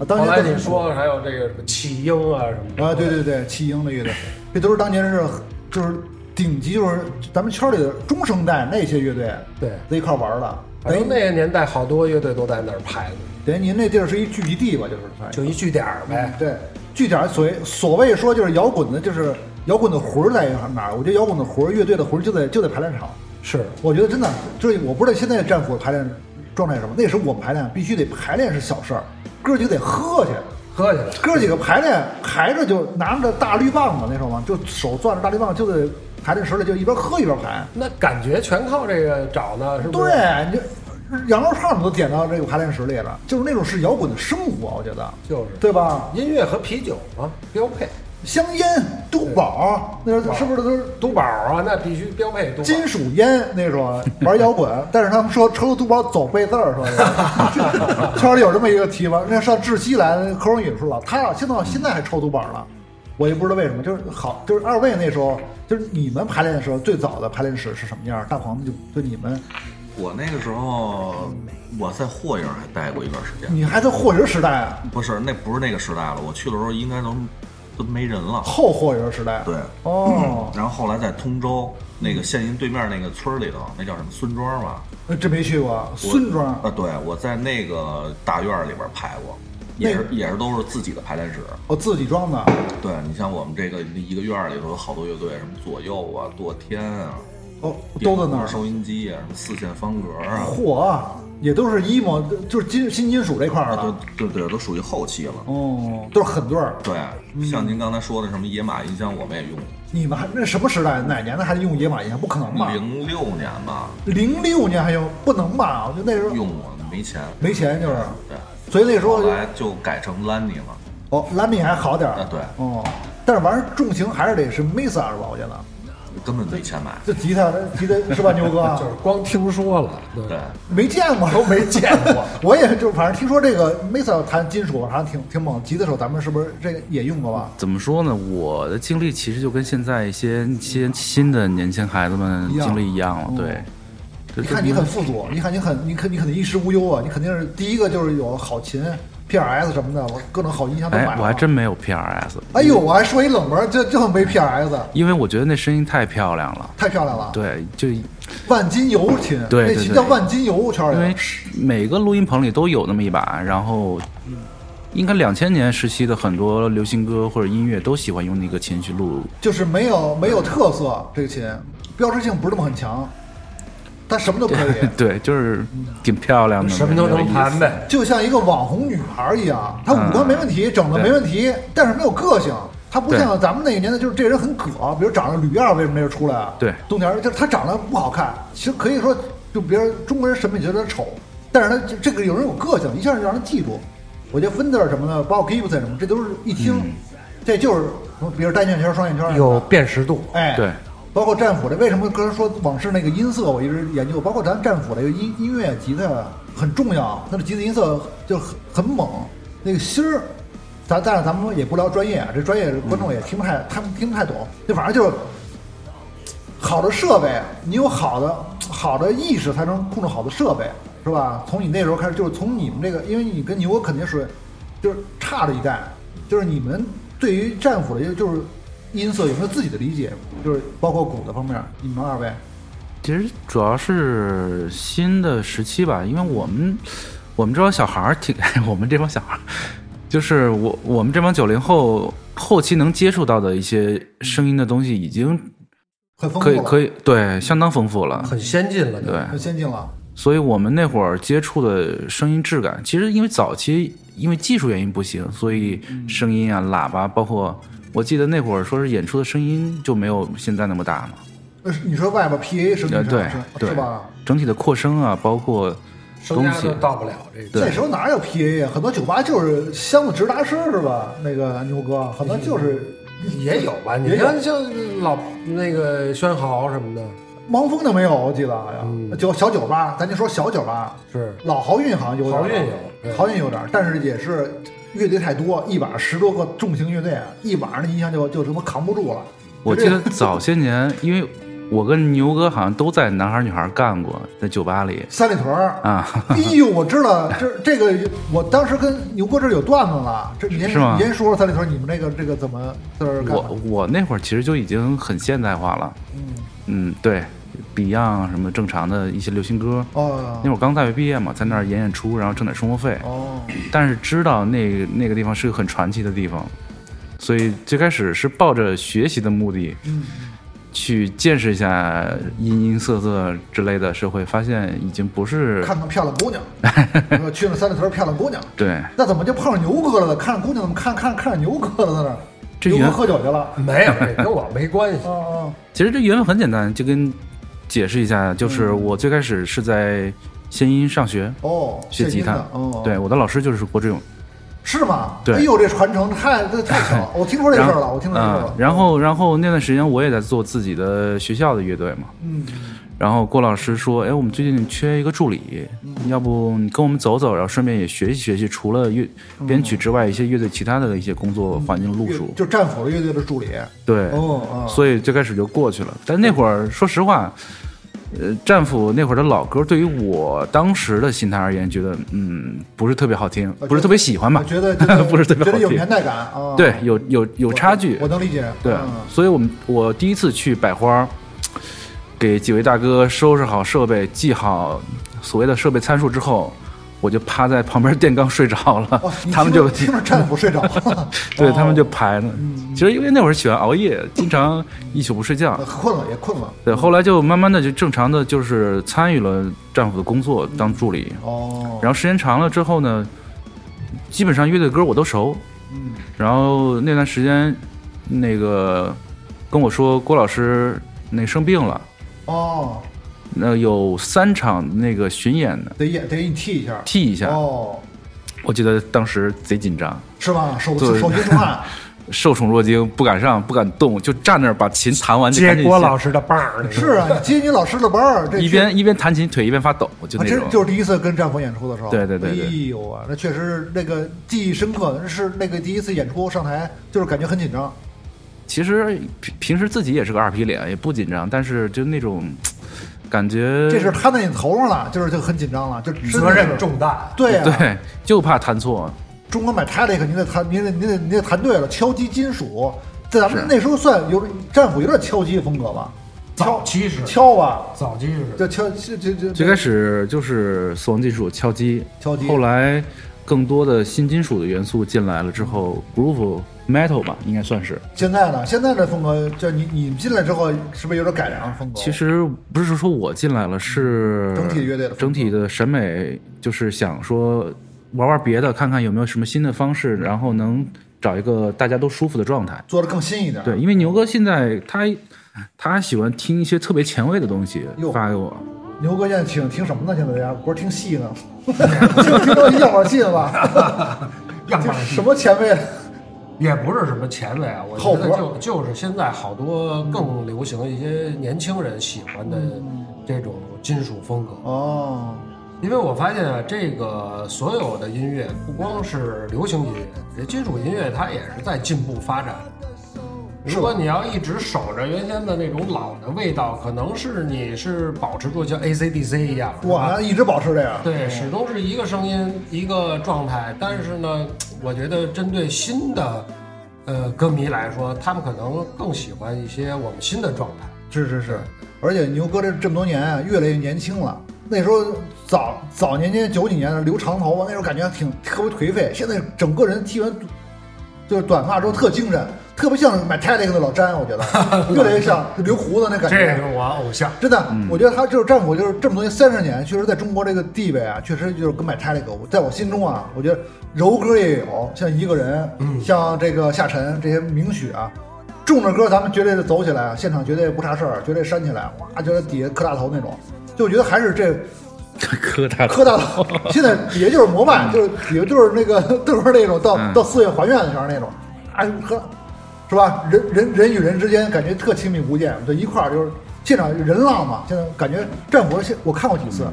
S3: 当
S4: 后
S3: 年
S4: 来
S3: 都
S4: 你说还有这个什么弃婴啊什么的
S3: 啊，对对对，弃婴的乐队，这都是当年是就是顶级，就是咱们圈里的中生代那些乐队，
S4: 对
S3: 在一块儿玩儿的。
S4: 反
S3: 等于
S4: 正那个年代好多乐队都在那儿拍的，
S3: 等于您那地儿是一聚集地吧，就是反
S4: 就
S3: 正
S4: 一据点儿呗。
S3: 嗯对，据点儿所谓所谓说就是摇滚的，就是摇滚的魂儿在哪儿？我觉得摇滚的魂儿，乐队的魂儿就在就在排练场。
S4: 是，
S3: 我觉得真的就是我不知道现在战斧排练状态是什么，那时候我们排练必须得排练是小事儿，哥几个得喝去。
S4: 喝起来。
S3: 哥几个排练，排着就拿着大绿棒子，那时候嘛，就手攥着大绿棒，就在排练室里就一边喝一边排。
S4: 那感觉全靠这个找呢，是不是？，
S3: 对，你就羊肉串儿你都点到这个排练室里了，就是那种是摇滚的生活，我觉得，
S4: 就是
S3: 对吧？
S4: 音乐和啤酒嘛，标配。
S3: 香烟、嘟宝，那时候是不是都是
S4: 都宝啊，那必须标配都宝。
S3: 呃金属烟？那时候玩摇滚，但是他们说抽嘟宝走背字儿，说是圈里有这么一个提法。那上窒息来，柯荣宇说了，他俩现在现在还抽嘟宝了，我也不知道为什么，就是好，就是二位那时候，就是你们排练的时候，最早的排练室是什么样？大黄就就你们
S7: 我那个时候我在霍营还待过一段时间，
S3: 你还在霍人时代啊？
S7: 不是，那不是那个时代了。我去的时候应该都都没人了。
S3: 后霍人时代啊？
S7: 对，
S3: 哦，
S7: 然后后来在通州那个县营对面那个村儿里头，那叫什么孙庄吧？
S3: 呃这没去过。
S7: 我
S3: 孙庄
S7: 啊，对，我在那个大院儿里边排过，也是也是都是自己的排练室。
S3: 我自己装的，
S7: 对你像我们这个一个院儿里头有好多乐队，什么左右啊、堕天啊，
S3: 哦，都在那
S7: 电波
S3: 儿。
S7: 收音机啊，什么四线方格啊，
S3: 嚯，也都是 emo，就是金新金属这块儿
S7: 啊，
S3: 的。
S7: 对对对，都属于后期了。
S3: 哦，都是狠对儿。
S7: 对，像您刚才说的什么野马音箱，我们也用过，
S3: 你们还那什么时代？哪年的还用野马音箱？不可能吧？
S7: 零六年吧
S3: 零六年还用？不能吧？我觉得那时候
S7: 用过，没钱。
S3: 没钱就是，
S7: 对，
S3: 所以那时候
S7: 后
S3: 就
S7: 来就改成 Lanny 了。
S3: 哦，兰尼还好点儿。
S7: 啊对
S3: 哦，但是玩意儿重型还是得是 Mesa 是吧？我觉得
S7: 根本没钱买。
S3: 这吉他吉他是吧，牛 哥？
S4: 就是光听说了，对
S7: 对，
S3: 没见过，都没见过。 我也就是，反正听说这个 Mesa 弹金属好像挺挺猛，吉他手咱们是不是这个也用过吧？
S6: 怎么说呢？我的经历其实就跟现在一些一些新的年轻孩子们
S3: 一样
S6: 经历一样了，对。这
S3: 你
S6: 这
S3: 看你很富足，你看你很你肯你肯定衣食无忧啊，你肯定是第一个就是有好琴、PRS 什么的，我各种好音箱都买了。
S6: 哎，我还真没有 PRS，
S3: 哎呦，我还说一冷门，这这没 PRS，
S6: 因为我觉得那声音太漂亮了。
S3: 太漂亮了。
S6: 对，就
S3: 万金油琴，
S6: 对
S3: 那
S6: 对
S3: 琴
S6: 对
S3: 叫万金油，圈
S6: 因
S3: 里
S6: 为每个录音棚里都有那么一把，然后应该两千年时期的很多流行歌或者音乐都喜欢用那个琴去录。，
S3: 就是没有没有特色，这个琴标志性不是那么很强，它什么都可以
S6: 对，就是挺漂亮的，
S4: 什么都能弹
S6: 呗。
S4: 呗。
S3: 就像一个网红女孩一样，她五官没问题，整的
S6: 对
S3: 没问题，但是没有个性。她不
S6: 对
S3: 像咱们那个年代，就是这人很葛，比如长得吕燕儿为什么没人出来啊？
S6: 对
S3: 冬天就是她长得不好看，其实可以说就别人中国人审美觉得她丑，但是她这这个有人有个性，一下就让人记住。我觉得芬德尔什么的，包括 Gibson 什么，这都是一听，
S6: 嗯
S3: 这就是比如单眼圈、双眼圈什么的
S4: 有辨识度，
S3: 哎，
S6: 对，
S3: 包括战斧的，为什么刚才说往事那个音色，我一直研究，包括咱战斧这个音音乐吉他很重要，它的吉他音色就很很猛，那个芯儿，咱但是咱们也不聊专业啊，这专业观众也听不太，他们听不太懂，就反正就是好的设备，你有好的好的意识才能控制好的设备，是吧？从你那时候开始，就是从你们这个，因为你跟牛哥肯定是就是差了一代，就是你们对于战斧的，就是音色有没有自己的理解？就是包括鼓的方面，你们二位
S6: 其实主要是新的时期吧，因为我们我们这帮小孩儿挺， 我们这帮小孩儿就是我我们这帮九零后后期能接触到的一些声音的东西，已经
S3: 很丰富
S6: 可以
S3: 了，
S6: 可以对相当丰富了。
S4: 很先进了。
S6: 对，
S3: 很先进了。
S6: 所以我们那会儿接触的声音质感，其实因为早期因为技术原因不行，所以声音啊、喇叭，包括我记得那会儿说是演出的声音就没有现在那么大嘛。
S3: 呃，你说外边 PA 声
S6: 呃，
S3: 音
S6: 对
S3: 是
S6: 对
S3: 是吧？
S6: 整体的扩声啊，包括
S4: 声
S6: 东
S4: 压
S6: 西
S4: 都，到不了这个。
S6: 对
S3: 那时候哪哎有 PA 啊？很多酒吧就是箱子直达师是吧？那个牛哥，很多就是
S4: 也有吧？你
S3: 也有
S4: 看，像老那个宣豪什么的，
S3: 汪峰都没有，我记得好像
S4: 嗯
S3: 酒小酒吧，咱就说小酒吧，
S4: 是
S3: 老豪运好像有点儿，
S4: 豪运有对
S3: 豪运有点儿，但是也是乐队太多，一晚上十多个重型乐队，啊一晚上的音箱就就他妈扛不住了。
S6: 我记得早些年，因为我跟牛哥好像都在男孩女孩干过，在酒吧里
S3: 三里屯儿，
S6: 啊，
S3: 哎呦，我知道，这这个我当时跟牛哥这儿有段子了，这你先
S6: 是吗
S3: 你先说说三里屯儿你们这个这个怎么在这儿干
S6: 我
S3: 的？
S6: 我那会儿其实就已经很现代化了，嗯，对，Beyond 什么正常的一些流行歌，
S3: 哦
S6: 那会儿刚大学毕业嘛，在那儿演演出，然后挣点生活费，
S3: 哦，
S6: 但是知道那个那个地方是个很传奇的地方，所以最开始是抱着学习的目的，
S3: 嗯，
S6: 去见识一下形形色色之类的社会，发现已经不是
S3: 看看漂亮姑 娘，说去了三里屯儿漂亮姑娘，
S6: 对
S3: 那怎么就碰上牛哥了呢？看着姑娘怎么看看看着牛哥了在那儿？
S6: 这嗯
S3: 牛哥
S6: 原
S3: 喝酒去了。
S4: 没有，这跟我没关系
S3: 哦。哦，
S6: 其实这缘分很简单，就跟解释一下，就是
S3: 嗯
S6: 我最开始是在仙音上学
S3: 哦，
S6: 学吉
S3: 现金
S6: 他
S3: 的哦，
S6: 对，，我的老师就是郭志勇，
S3: 是吗？
S6: 对
S3: 哎呦，这传承太这太 巧，了，我听说这事
S6: 然
S3: 儿
S6: 后
S3: 了，我听说这事儿了
S6: 嗯。然后然后那段时间我也在做自己的学校的乐队嘛，
S3: 嗯，
S6: 然后郭老师说，哎，我们最近缺一个助理，
S3: 嗯
S6: 要不你跟我们走走，然后顺便也学习学习，除了乐编曲之外，一些乐队其他的一些工作环境路
S3: 乐
S6: 数，
S3: 嗯就战斧乐队的助理。
S6: 对，
S3: 哦，啊
S6: 所以最开始就过去了。但那会儿说实话，呃，战斧那会儿的老歌，对于我当时的心态而言，觉得嗯不是特别好
S3: 啊
S6: 听，不是特别喜欢吧
S3: 我？觉得觉得
S6: 不是特别好
S3: 觉得有
S6: 听
S3: 年代感啊。
S6: 对，有有有
S3: 我
S6: 差距
S3: 我，能理解。
S6: 对
S3: 嗯，
S6: 所以我们我第一次去百花儿，给几位大哥收拾好设备，记好所谓的设备参数之后，我就趴在旁边电缸睡着了，
S3: 哦，你
S6: 他们
S3: 听
S6: 就，
S3: 着听着战斧睡着了
S6: 对他们就
S3: 哦
S6: 排呢。其实因为那会儿喜欢熬夜，经常一宿不睡觉
S3: 呃，困了也困了。
S6: 对，后来就慢慢的就正常的就是参与了战斧的工作，当助理。
S3: 哦，
S6: 然后时间长了之后呢，基本上乐队歌我都熟。
S3: 嗯
S6: 然后那段时间，那个跟我说郭老师那生病了，
S3: 哦，
S6: 那有三场那个巡演的
S3: 得演得给你替一下。
S6: 替一下，
S3: 哦，
S6: 我记得当时贼紧张，
S3: 是吧？手
S6: 对
S3: 手心出汗，
S6: 受宠若惊，不敢上，不敢动，就站 那儿把琴弹完就赶
S4: 接
S6: 紧
S4: 郭
S6: 下
S4: 老师的棒儿，
S3: 是啊，你接你老师的班儿，这
S6: 一
S3: 确
S6: 边一边弹琴腿一边发抖，就
S3: 啊，
S6: 那
S3: 这
S6: 种。
S3: 就是第一次跟战魂演出的时候。
S6: 对对对对
S3: 哎呦啊，那确实那个记忆深刻，是那个第一次演出上台，就是感觉很紧张。
S6: 其实平平时自己也是个二皮脸，也不紧张，但是就那种感觉，
S3: 这事儿摊在你头上了，就是就很紧张了，就
S4: 责任。重大。
S3: 对啊，
S6: 对，就怕弹错。
S3: 中国买 t a l i c 你得弹，你得你得你得弹对了，敲击金属，在咱们
S6: 是
S3: 那时候算有战斧有点敲击风格吧，
S4: 早期是，
S3: 敲吧，
S4: 早期是，
S3: 就敲就就就
S6: 最开始就是死亡金属敲击，
S3: 敲击
S6: 后来更多的新金属的元素进来了之后，groove metal 吧，应该算是。
S3: 现在呢，现在这风格，就你你们进来之后，是不是有点改良风格？
S6: 其实不是说我进来了，是
S3: 整体乐队的风格
S6: 整体的审美，就是想说玩玩别的，看看有没有什么新的方式，然后能找一个大家都舒服的状态。
S3: 做的更新一点。
S6: 对，因为牛哥现在他他喜欢听一些特别前卫的东西
S3: 哟
S6: 发给我，
S3: 牛哥现在听听什么呢？现在在家不是听戏呢， 就听到样板戏了 吧？
S4: 样
S3: 就
S4: 板
S3: 什么前辈？
S4: 也不是什么前卫啊，我
S3: 靠
S4: 觉得
S3: 谱
S4: 就就是现在好多更流行一些年轻人喜欢的这种金属风格，
S3: 嗯哦，
S4: 因为我发现啊，这个所有的音乐不光是流行音乐，这金属音乐它也是在进步发展。如果你要一直守着原先的那种老的味道，可能是你是保持住像 AC/DC 一样，是吧
S3: 我一直保持这样。
S4: 对，始终是一个声音一个状态，但是呢，我觉得针对新的呃歌迷来说，他们可能更喜欢一些我们新的状态。
S3: 是是是，而且牛哥这这么多年啊，越来越年轻了。那时候早早年间九几年留长啊头发，那时候感觉挺特别颓废。现在整个人剃完就是短发之后特精神，特别像买 t a l i c 的老詹，我觉 得越来越像留胡子那感
S4: 这
S3: 觉
S4: 是。我偶像，
S3: 真的，我觉得他就是战斧，就是这么多年三十年，确实在中国这个地位啊，确实就是跟买 t a l i c 我在我心中啊，我觉得柔哥也有，像一个人，像这个夏晨这些名曲啊，重着歌咱们绝对是走起来啊，现场绝对不差事儿，绝对煽起来，哇，就在底下磕大头那种，就我觉得还是这
S6: 磕他
S3: 磕 大头，现在底下就是膜拜，就是
S4: 嗯
S3: 底下就是那个 对面那种到、
S6: 嗯
S3: 到四月还愿的时候那种，啊磕，是吧？人人人与人之间感觉特亲密无间，就一块儿就是现场人浪嘛，现在感觉战国现我看过几次，
S4: 嗯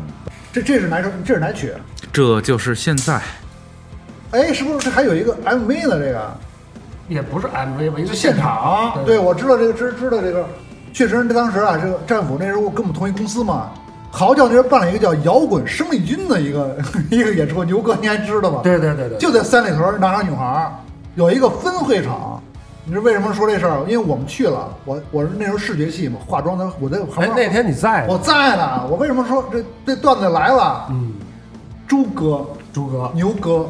S3: 这这是哪首？这是哪曲？
S6: 这就是现在。
S3: 哎，是不是这还有一个 MV 呢？这个
S4: 也不是 MV 吧，一个
S3: 现
S4: 现
S3: 场
S4: 场。，
S3: 对我知道这个知知道这个，确实当时啊，这个战斧那时候跟我们同一公司嘛。嚎叫那时候办了一个叫“摇滚生力军”的一个 一个演出，牛哥你还知道吗？
S4: 对对对对，
S3: 就在三里屯南昌女孩儿有一个分会场。你知道为什么说这事儿？因为我们去了，我我是那时候视觉系嘛，化妆的，我在旁
S4: 哎
S3: 边。
S4: 那天你在
S3: 我
S4: 吗，
S3: 在呢，我为什么说这这段子来了？
S4: 嗯，
S3: 朱哥、
S4: 朱哥，
S3: 牛哥、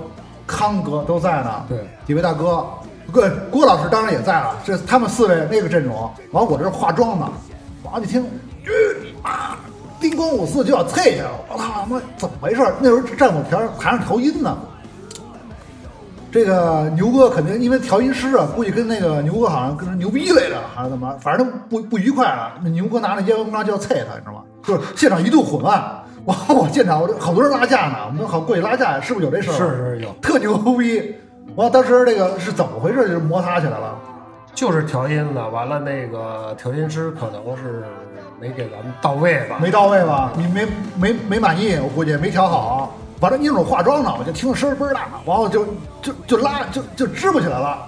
S3: 康哥都在呢。
S4: 对
S3: 几位大哥，郭郭老师当然也在了。这他们四位那个阵容，完我这是化妆呢，完一听，呃啊，叮咣五四就要退下了，我操他妈怎么回事儿？那时候站我台台上调音呢。这个牛哥肯定因为调音师啊，估计跟那个牛哥好像跟牛逼来着，还是怎么，反正不不愉快了。那牛哥拿着烟灰缸就要啐他，你知道吗？就是现场一度混乱。 我我现场我这好多人拉架呢，我们好过去拉架，是不是有这事儿？
S4: 是是有，
S3: 特牛逼。完当时这个是怎么回事？就是摩擦起来了。
S4: 就是调音的，完了那个调音师可能是没给咱们到位吧，
S3: 没到位吧？你没没没满意，我估计没调好。完了，因为我化妆呢，我就听着声儿倍儿大，完后就就就拉就就支不起来了，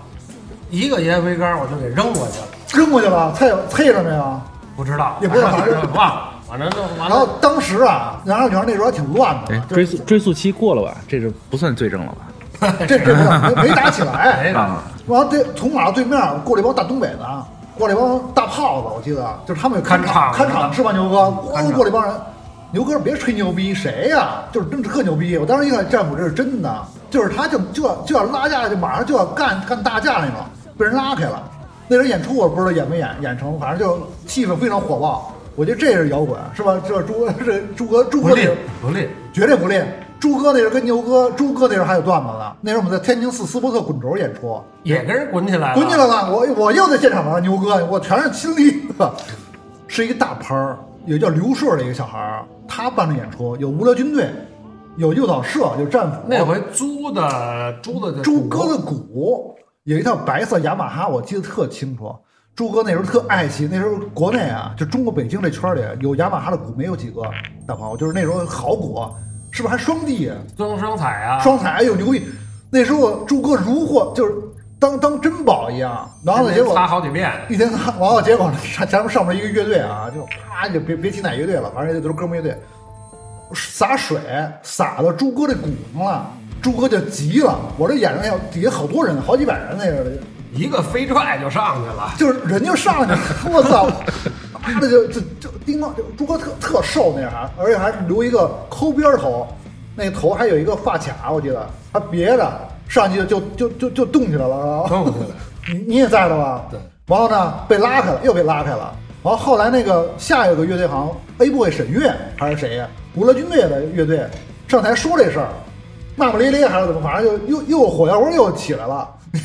S4: 一个烟灰缸我就给扔过去了，
S3: 扔过去了，啐啐着没有？
S4: 不知道，
S3: 也不知道
S4: 反正忘了，反正就完
S3: 然后
S4: 了。
S3: 当时啊，南少女孩那时候还挺乱的
S6: 哎，，
S3: 就是
S6: 追溯追溯期过了吧？这是不算罪证了吧？
S3: 这这不算没没打 起来。
S4: 哎
S6: 啊，
S3: 然后这从马路对面过来一帮大东北的，啊过来一帮大炮子，我记得啊就是他们有看场
S4: 看场
S3: 看场是吧？牛哥，
S4: 看
S3: 咣
S4: 场
S3: 过来一帮人，牛哥别吹牛逼，谁呀、就是真特牛逼！我当时一看战斧这是真的，就是他就就要就要拉架，就马上就要干干大架那种，被人拉开了。那人演出我不知道演没演演成，反正就气氛非常火爆。我觉得这是摇滚是吧？这朱哥这朱哥朱
S4: 不
S3: 哥
S4: 吝
S3: 这
S4: 不吝，
S3: 绝对不吝。朱哥那时候跟牛哥，朱哥那时候还有段子呢。那时候我们在天津市斯波特滚轴演出，
S4: 也跟人滚起来了，
S3: 滚起来了！我我又在现场玩牛哥，我全是亲历的。是一个大拍儿，有叫刘顺的一个小孩儿，他办的演出有无聊军队，有诱导社，有战斧。
S4: 那回租的租的
S3: 朱哥的鼓有一套白色雅马哈，我记得特清楚。朱哥那时候特爱惜，那时候国内啊，就中国北京这圈儿里有雅马哈的鼓没有几个，大朋友就是那时候好鼓，是不是还双 D 啊？
S4: 增生彩啊，
S3: 双彩，哎呦牛逼！那时候朱哥如获，就是当当珍宝一样。然后呢，结果
S4: 擦好几遍，
S3: 一天他完了，结果咱咱们上面一个乐队啊，就啪就别别提哪乐队了，反正也都是哥们乐队，洒水洒到朱哥这鼓上了，朱哥就急了。我这演着要底下好多人，好几百人那个的，
S4: 一个飞踹就上去了，
S3: 就是人就上去了，我操！妈的就就就叮当，就朱哥特特瘦那啥，而且还留一个抠边儿头，那头还有一个发卡，我记得还别着，上去就就就就就动起来了，然后
S4: 动起来了
S3: 你你也在了吧？
S4: 对。
S3: 然后呢，被拉开了，又被拉开了。然后后来那个下一个乐队好像 A boy 沈月还是谁呀？无乐军队的乐队上台说这事儿，骂骂咧咧还是怎么，反正就又又火药味又起来了。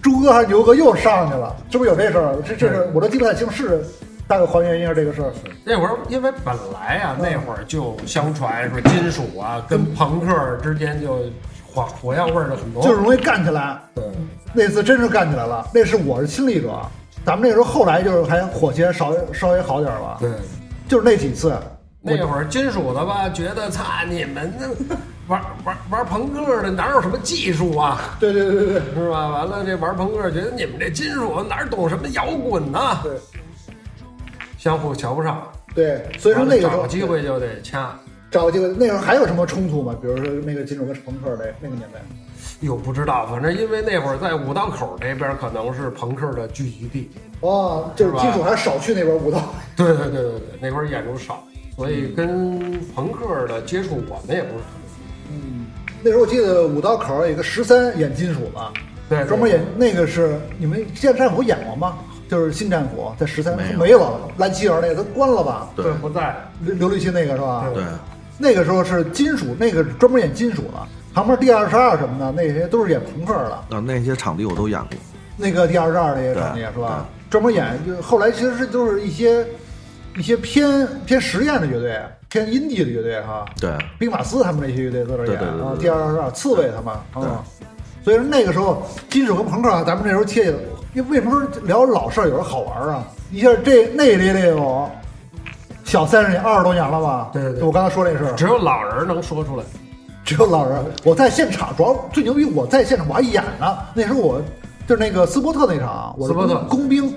S3: 朱哥还是牛哥又上去了，是不是有这事儿？这这是我都记不太清是大概还原一下这个事儿。
S4: 那会儿因为本来啊，那会儿就相传说金属啊跟朋克之间就火火药味儿就很浓，
S3: 就是容易干起来。
S4: 对
S3: 那次真是干起来了，那是我是亲历者。咱们那时候后来就是还火气还稍微稍微好点儿了，
S4: 对。
S3: 就是那几次，
S4: 那会儿金属的吧，觉得擦你们那玩玩玩朋克的哪有什么技术啊，
S3: 对对对对对，
S4: 是吧？完了这玩朋克觉得你们这金属哪懂什么摇滚呢、
S3: 对
S4: 相互瞧不上，
S3: 对，所以说那个时
S4: 找
S3: 候
S4: 个机会就得掐。
S3: 找个机会，那时候还有什么冲突吗？比如说那个金属跟朋克的那个年代，
S4: 哟，不知道，反正因为那会儿在五道口那边可能是朋克的聚集地，
S3: 哦，就是金属还少去那边舞蹈，
S4: 对对对对对，那会儿演出少，所以跟朋克的接触我们也不是很
S3: 那时候我记得五道口有一个十三演金属吧，
S4: 对对
S3: 专门演那个是你们现在战斧演过吗？就是新战斧在十三
S7: 没有
S3: 没有蓝旗园那个都关了吧？
S7: 对
S4: 对不在，
S3: 刘刘立新那个是吧？
S7: 对，啊
S3: 那个时候是金属，那个是专门演金属的，旁边 D 二十二什么的，那些都是演朋克的。
S7: 啊，那些场地我都演过。
S3: 那个 D 二十二那些场地
S7: 对
S3: 是吧？专门演，就后来其实是都是一些一些偏偏实验的乐队，偏阴地的乐队哈。
S7: 对
S3: 兵马司他们那些乐队在那儿
S7: 对
S3: 演
S7: 对对
S3: 啊
S7: 对
S3: ，D
S7: 对
S3: 二十二刺猬他们啊。所以说那个时候，金属跟朋克啊，咱们那时候切切，因为为什么说聊老事儿有时候好玩儿啊？一下这那类类有小三十年、二十多年了吧？
S4: 对对对
S3: 就我刚才说那事儿，
S4: 只有老人能说出来。
S3: 只有老人。我在现场，主要最牛逼，我在现场我还演呢。那时候我就是那个斯波特那场，我是
S4: 斯波特
S3: 工工兵，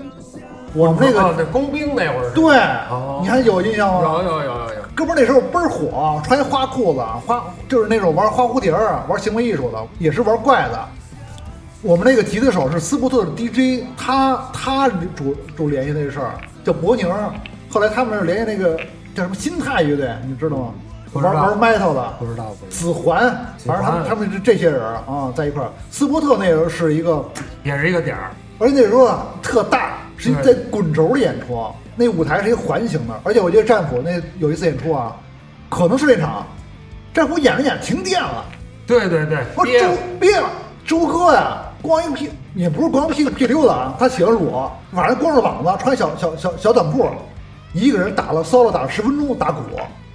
S3: 我们那
S4: 哦
S3: 个
S4: 那工兵那会儿是，
S3: 对
S4: 哦，
S3: 你还有印象吗？
S4: 有有有有有，
S3: 哥们儿那时候倍儿火，啊穿一花裤子，花就是那种玩花蝴蝶儿啊，玩行为艺术的，也是玩怪的。我们那个吉他手是斯波特的 DJ，他他主主联系那事儿叫伯宁，后来他们是联系那个叫什么心态乐队，你知道吗？
S4: 不知道
S3: 玩玩 metal 的，
S4: 不知道不知道，
S3: 子环，反正他们
S4: 子环
S3: 他们是这些人儿啊，在一块儿。斯波特那时候是一个，
S4: 也是一个点儿，
S3: 而且那时候啊特大，是一
S4: 对
S3: 在滚轴的演出，啊那舞台是一个环形的，而且我记得战斧那有一次演出啊，可能是那场，战斧演着演着停电了，
S4: 对对对，
S3: 我说
S4: 憋
S3: 周憋了，周哥呀，光一屁也不是光屁股屁溜子啊，他喜欢裸，晚上光着膀子，穿小小小小短裤，一个人打了骚了打了十分钟打鼓，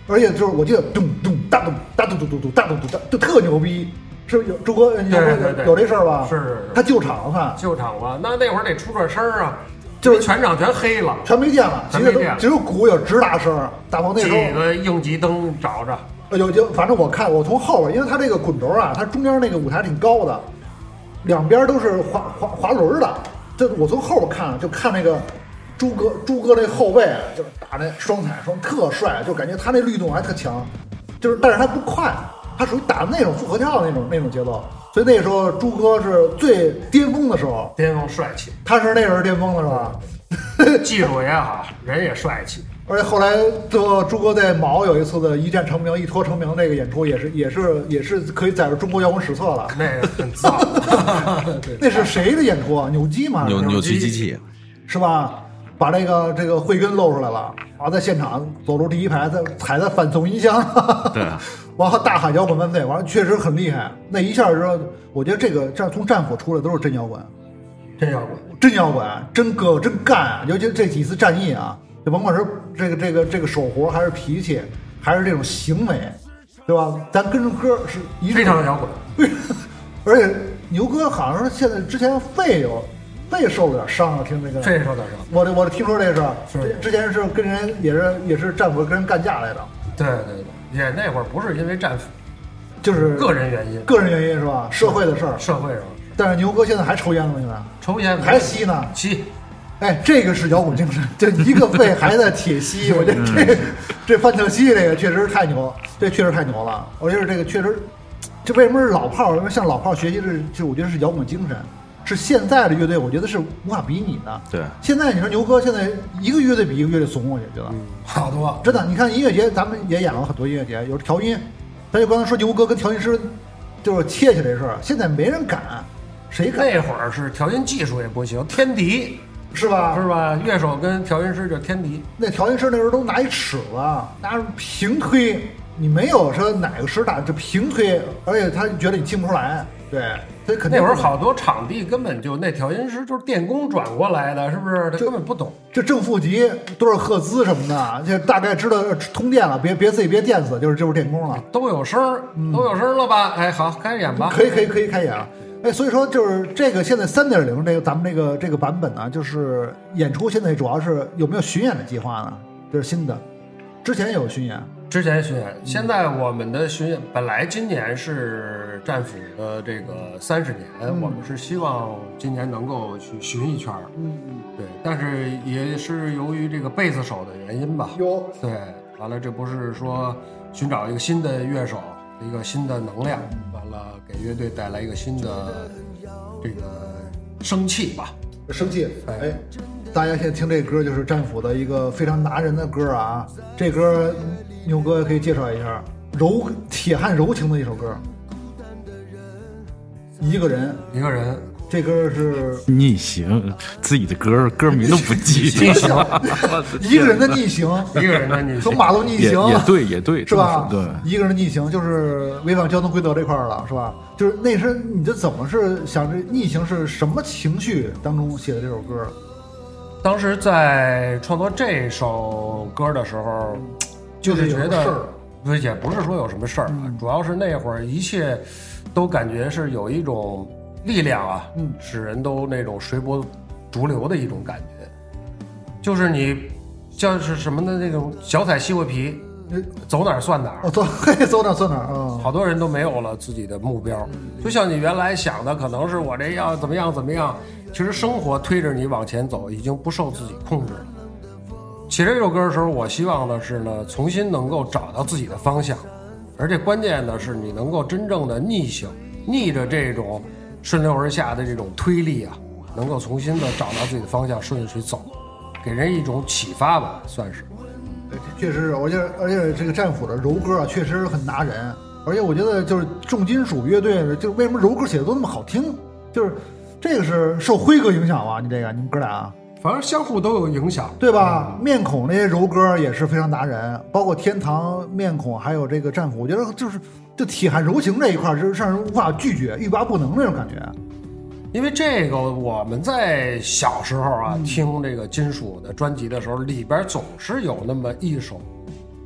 S3: 而且就是我记得咚咚哒咚哒咚咚咚咚哒咚咚哒，就特牛逼，是不是有周哥呃有
S4: 对对对
S3: 有这事儿吧？
S4: 是是是
S3: 他救场看，
S4: 救场了，那那会儿得出点声儿啊，
S3: 就是
S4: 全场全黑了，
S3: 全没电了，
S4: 全
S3: 其
S4: 没
S3: 实
S4: 电
S3: 都只有鼓有直打声儿，大鹏那时候
S4: 几个应急灯找着，
S3: 呃，有有，反正我看我从后边，因为它这个滚轴啊，它中间那个舞台挺高的，两边都是滑滑滑轮的，这我从后边看就看那个朱哥朱哥那后背啊，就是打那双踩双特帅，就感觉他那律动还特强，就是但是他不快，他属于打那种复合跳那种那种节奏。所以那时候朱哥是最巅峰的时候，
S4: 巅峰帅气，
S3: 他是那时候巅峰的是吧？
S4: 技术也好，人也帅气。
S3: 而且后来最后朱哥在毛有一次的一战成名、一脱成名这个演出也是也是也是可以载入中国摇滚史册了。
S4: 那个 很燥，
S3: 那是谁的演出啊？扭机吗？
S7: 扭扭曲机器，
S3: 是吧？把这个这个慧根露出来了，然后在现场走出第一排，在踩在反送音箱， 对，完后大喊摇滚万岁，完了确实很厉害。那一下之后，我觉得这个这样从战火出来都是真摇滚，
S4: 真要滚。
S3: 真摇滚，真歌，真干啊！尤其这几次战役啊，就甭管是这个这个这个手活，还是脾气，还是这种行为，对吧？咱跟着歌是一致
S4: 非常摇滚。
S3: 对，而且牛哥好像是现在之前肺有肺受了点伤了，听这个。
S4: 这受点伤。
S3: 我这我这听说这事儿，
S4: 是
S3: 之前是跟人也是也是战火跟人干架来着，
S4: 对对对，也那会儿不是因为战俘，
S3: 就是
S4: 个人原因，
S3: 个人原因是吧？社会的事儿。
S4: 社会上
S3: 但是牛哥现在还抽烟了吗？现在
S4: 抽烟
S3: 还吸呢？
S4: 吸，
S3: 哎，这个是摇滚精神，就一个肺还在铁吸，我觉得这这范特西这个确实太牛，这确实太牛了。我觉得这个确实，这为什么是老炮儿？向老炮儿学习是，就我觉得是摇滚精神，是现在的乐队，我觉得是无法比拟的。
S6: 对
S3: 现在你说牛哥现在一个乐队比一个乐队怂，我觉得。
S4: 好多
S3: 真的，你看音乐节，咱们也演了很多音乐节，有调音，咱就刚才说牛哥跟调音师就是切起来事儿，现在没人敢，谁敢
S4: 那会儿是调音技术也不行，天敌
S3: 是吧？
S4: 是吧？乐手跟调音师就是天敌，
S3: 那调音师那时候都拿一尺子，拿着平推，你没有说哪个师大就平推，而且他觉得你听不出来，对，所以肯定
S4: 那会儿好多场地根本就那调音师就是电工转过来的，是不是？他根本不懂。
S3: 这正负极多少赫兹什么的，这大概知道呃通电了，别别自己别电死，就是就是电工了。
S4: 都有声儿，都有声儿了吧？哎，好，开始演吧。
S3: 嗯可以可以可以开演啊！哎，所以说就是这个现在三点零这个咱们这个这个版本呢、就是演出现在主要是有没有巡演的计划呢？这是新的，之前有巡演，
S4: 之前巡
S3: 嗯
S4: 演，现在我们的巡演本来今年是战斧的这个三十年，
S3: 嗯
S4: 我们是希望今年能够去巡一圈儿。嗯，对，但是也是由于这个贝斯手的原因吧。
S3: 有
S4: 对，完了这不是说寻找一个新的乐手，一个新的能量，完了给乐队带来一个新的这个生气吧。
S3: 生气，哎，大家现在听这歌就是战斧的一个非常拿人的歌啊，这歌牛哥可以介绍一下，柔铁汉柔情的一首歌，一个人，
S4: 一个人
S3: 这歌是
S6: 逆行，自己的歌歌名都不记得，
S3: 一个人的逆行，
S4: 一个人 呢，你
S3: 从马路逆
S6: 也
S3: 行，
S6: 也对也对，
S3: 是吧？
S6: 这么说
S3: 一个人的逆行就是违反交通规则这块儿了，是吧？就是那是你这怎么是想这逆行是什么情绪当中写的这首歌？
S4: 当时在创作这首歌的时候，就是觉
S3: 有事儿嗯
S4: 得，不也不是说有什么事儿啊，主要是那会儿一切都感觉是有一种力量啊，
S3: 嗯
S4: 使人都那种随波逐流的一种感觉，就是你像是什么的那种小踩西瓜皮，
S3: 呃
S4: 走哪儿算哪儿
S3: 我、。走，嘿，走哪儿算哪儿啊？
S4: 好多人都没有了自己的目标，就像你原来想的，可能是我这要怎么样怎么样，其实生活推着你往前走，已经不受自己控制了。写这首歌的时候，我希望的是呢，重新能够找到自己的方向，而且关键的是你能够真正的逆行，逆着这种顺流而下的这种推力啊，能够重新的找到自己的方向，顺着去走，给人一种启发吧，算是。
S3: 确实是，我觉得，而且这个战斧的柔歌啊，确实很拿人。而且我觉得，就是重金属乐队呢，就是为什么柔歌写的都那么好听，就是这个是受辉哥影响吧？你这个，你们哥俩
S4: 反正相互都有影响，
S3: 对吧？面孔那些柔歌也是非常拿人，包括天堂面孔，还有这个战斧，我觉得就是就铁汉柔情这一块儿，就是让人无法拒绝、欲罢不能那种感觉。
S4: 因为这个，我们在小时候啊、
S3: 嗯
S4: 听这个金属的专辑的时候，里边总是有那么一首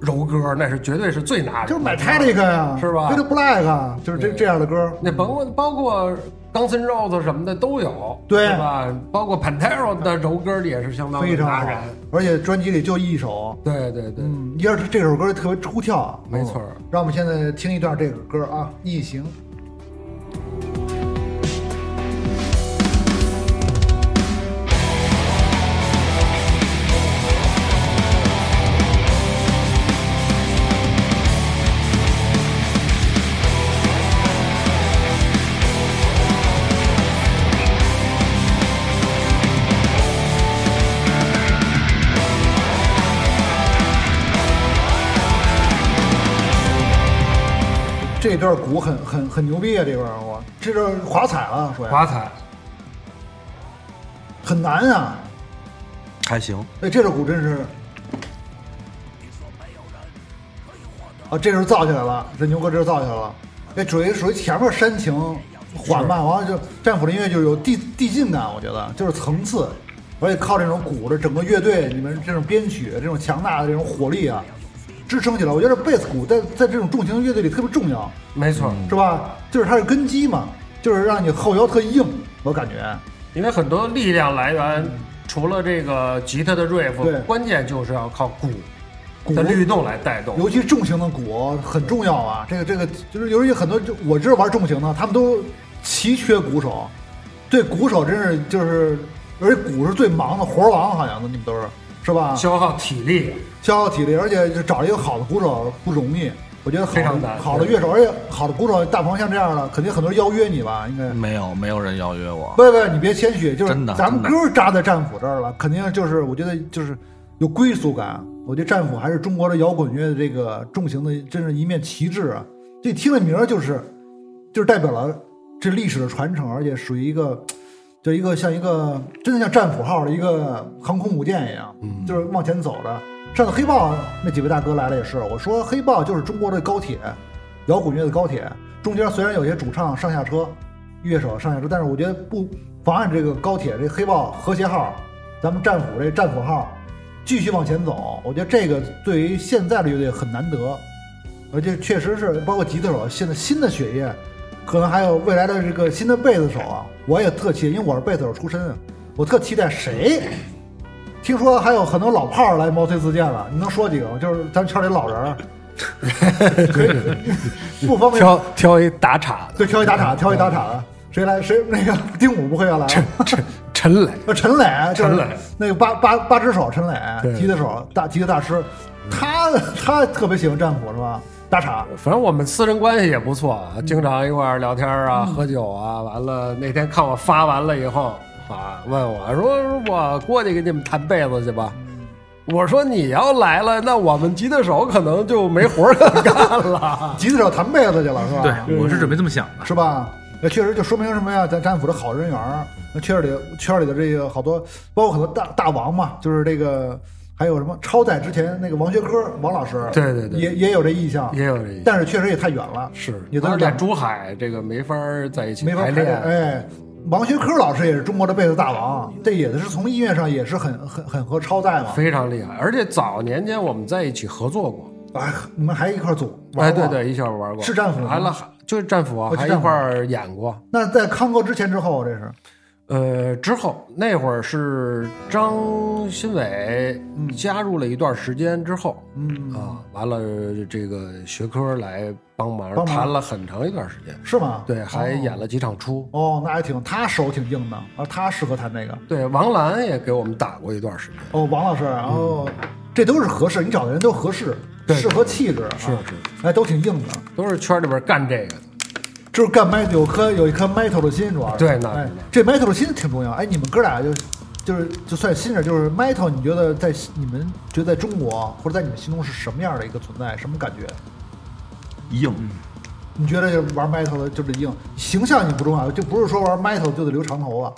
S4: 柔歌，那是绝对是最拿人的。
S3: 就是买 t a l i c 呀，
S4: 是吧
S3: b i g Black 啊，就是这
S4: 对
S3: 这样的歌。
S4: 那甭管包括钢丝 Rose 什么的都有，
S3: 对
S4: 是吧？包括 Pantera 的柔歌也是相当
S3: 非常
S4: 拿
S3: 好
S4: 人。，
S3: 而且专辑里就一首，
S4: 对对对，
S3: 嗯，一二这首歌特别出跳啊，
S4: 没错
S3: 嗯让我们现在听一段这个歌啊，《逆行》。
S8: 我
S3: 这段鼓很很很牛逼啊！这段我这段华彩了，啊属于
S4: 华彩，
S3: 很难啊！
S5: 还行，
S3: 哎，这段鼓真是。啊，这时候造起来了，这牛哥这时候造起来了，这属于属于前面煽情缓慢，完了就战斧的音乐就是有递递进感，我觉得就是层次，而且靠这种鼓的整个乐队里面这种编曲这种强大的这种火力啊，支撑起来。我觉得贝斯鼓在在这种重型乐队里特别重要，
S4: 没错，
S3: 是吧？就是它是根基嘛，就是让你后腰特硬，我感觉。
S4: 因为很多力量来源除了这个吉他的 riff，
S3: 对
S4: 关键就是要靠鼓
S3: 鼓
S4: 的律动来带动。
S3: 尤其重型的鼓很重要啊，这个这个就是由于很多就我知道玩重型的，他们都奇缺鼓手，对鼓手真是就是，而且鼓是最忙的活儿王，好像你们都是是吧？
S4: 消耗体力，
S3: 消耗体力，而且就找一个好的鼓手不容易，我觉得好
S4: 非常难
S3: 的好的乐手，而且好的鼓手，大鹏像这样的，肯定很多人邀约你吧？应该
S5: 没有没有人邀约我，
S3: 不不，你别谦虚，就是
S5: 真的
S3: 咱们
S5: 真的
S3: 歌扎在战斧这儿了，肯定就是我觉得就是有归属感。啊我觉得战斧还是中国的摇滚乐的这个重型的，真是一面旗帜啊！这听这名儿就是，就是代表了这历史的传承，而且属于一个，就一个像一个真的像战斧号的一个航空母舰一样，
S5: 嗯
S3: 就是往前走的。上次黑豹那几位大哥来了也是，我说黑豹就是中国的高铁，摇滚乐的高铁。中间虽然有些主唱上下车，乐手上下车，但是我觉得不妨碍这个高铁这黑豹和谐号，咱们战斧这战斧号继续往前走。我觉得这个对于现在的乐队很难得，而且确实是包括吉他手现在新的血液，可能还有未来的这个新的贝斯手啊，我也特期，因为我是贝斯手出身啊，我特期待谁。听说还有很多老炮儿来毛遂自荐了，你能说几个吗？就是咱圈里老人儿， 不方便
S4: 挑挑一打岔的，
S3: 对，挑一打岔，挑一打岔的，谁来谁那个 丁武不会要来吧？
S4: 陈陈磊，
S3: 呃，陈磊，就是
S4: 陈磊
S3: 那个八八八只手，陈磊，
S4: 对
S3: 吉他手大吉他大师，他他特别喜欢战斧是吧？打岔，。
S4: 反正我们私人关系也不错啊，经常一块儿聊天啊、喝酒啊。完了那天看我发完了以后啊，问我说我过去给你们弹被子去吧。我说你要来了，那我们吉他手可能就没活儿可干了
S3: 吉他手弹被子去了是吧？
S6: 对，我是准备这么想的。
S3: 是吧？那确实就说明什么呀？咱战斧的好人缘儿，那圈儿里圈儿里的这个好多，包括很多大大王嘛，就是这个还有什么超载之前那个王学科王老师，
S4: 对对对
S3: 也也有这意向，
S4: 也有这意向
S3: 但是确实也太远了，
S4: 是，
S3: 也都
S4: 而
S3: 是
S4: 且在
S3: 战
S4: 珠海这个没法儿在一起
S3: 没法
S4: 排啊
S3: 排
S4: 练，
S3: 哎，王学科老师也是中国的贝斯大王，这也是从音乐上也是很很很和超载嘛。
S4: 非常厉害。而且早年间我们在一起合作过，
S3: 哎，你们还一块儿组
S4: 哎，
S3: 玩过？
S4: 对对，。一块儿玩过，
S3: 是战斧吗
S4: 还了还就是战斧啊
S3: 哦，是
S4: 还
S3: 战
S4: 一
S3: 斧
S4: 块儿演过。
S3: 那在康哥之前之后，这是
S4: 呃，之后那会儿是张新伟加入了一段时间之后，嗯啊，完了这个学科来帮忙，
S3: 帮忙
S4: 谈了很长一段时间，
S3: 是吗？
S4: 对，还演了几场出。
S3: 哦，那还挺，他手挺硬的啊，他适合弹这个。
S4: 对，王兰也给我们打过一段时间，
S3: 哦，王老师，哦，这都是合适，你找的人都合适，
S4: 嗯对
S3: 适合气质，
S4: 是
S3: 啊
S4: 是，
S3: 哎，都挺硬的，
S4: 都是圈里边干这个的。
S3: 就是干麦有颗有一颗 metal 的心，主要是
S4: 对那
S3: 哎
S4: 是那，
S3: 这 metal 的心挺重要。哎，你们哥俩就就是就算新人，就是 metal，你觉得在你们觉得在中国或者在你们心中是什么样的一个存在，什么感觉？
S7: 硬，
S3: 你觉得就玩 metal 的就得硬，形象你不重要，就不是说玩 metal 就得留长头啊，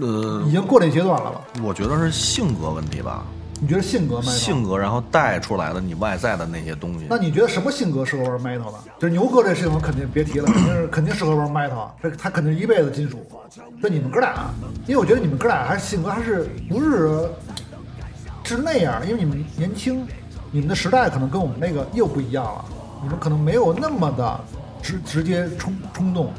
S7: 呃
S3: 已，经过这一阶段了吧？
S7: 我觉得是性格问题吧，
S3: 你觉得性格 metal？
S7: 性格，然后带出来的你外在的那些东西
S3: 那。你觉得什么性格适合玩 metal 呢？就是牛哥这性格肯定别提了，肯定是肯定适合玩 metal，这啊他肯定是一辈子金属。但你们哥俩，啊因为我觉得你们哥俩还是性格还是不是是那样，因为你们年轻，你们的时代可能跟我们那个又不一样了，你们可能没有那么的直直接冲冲动，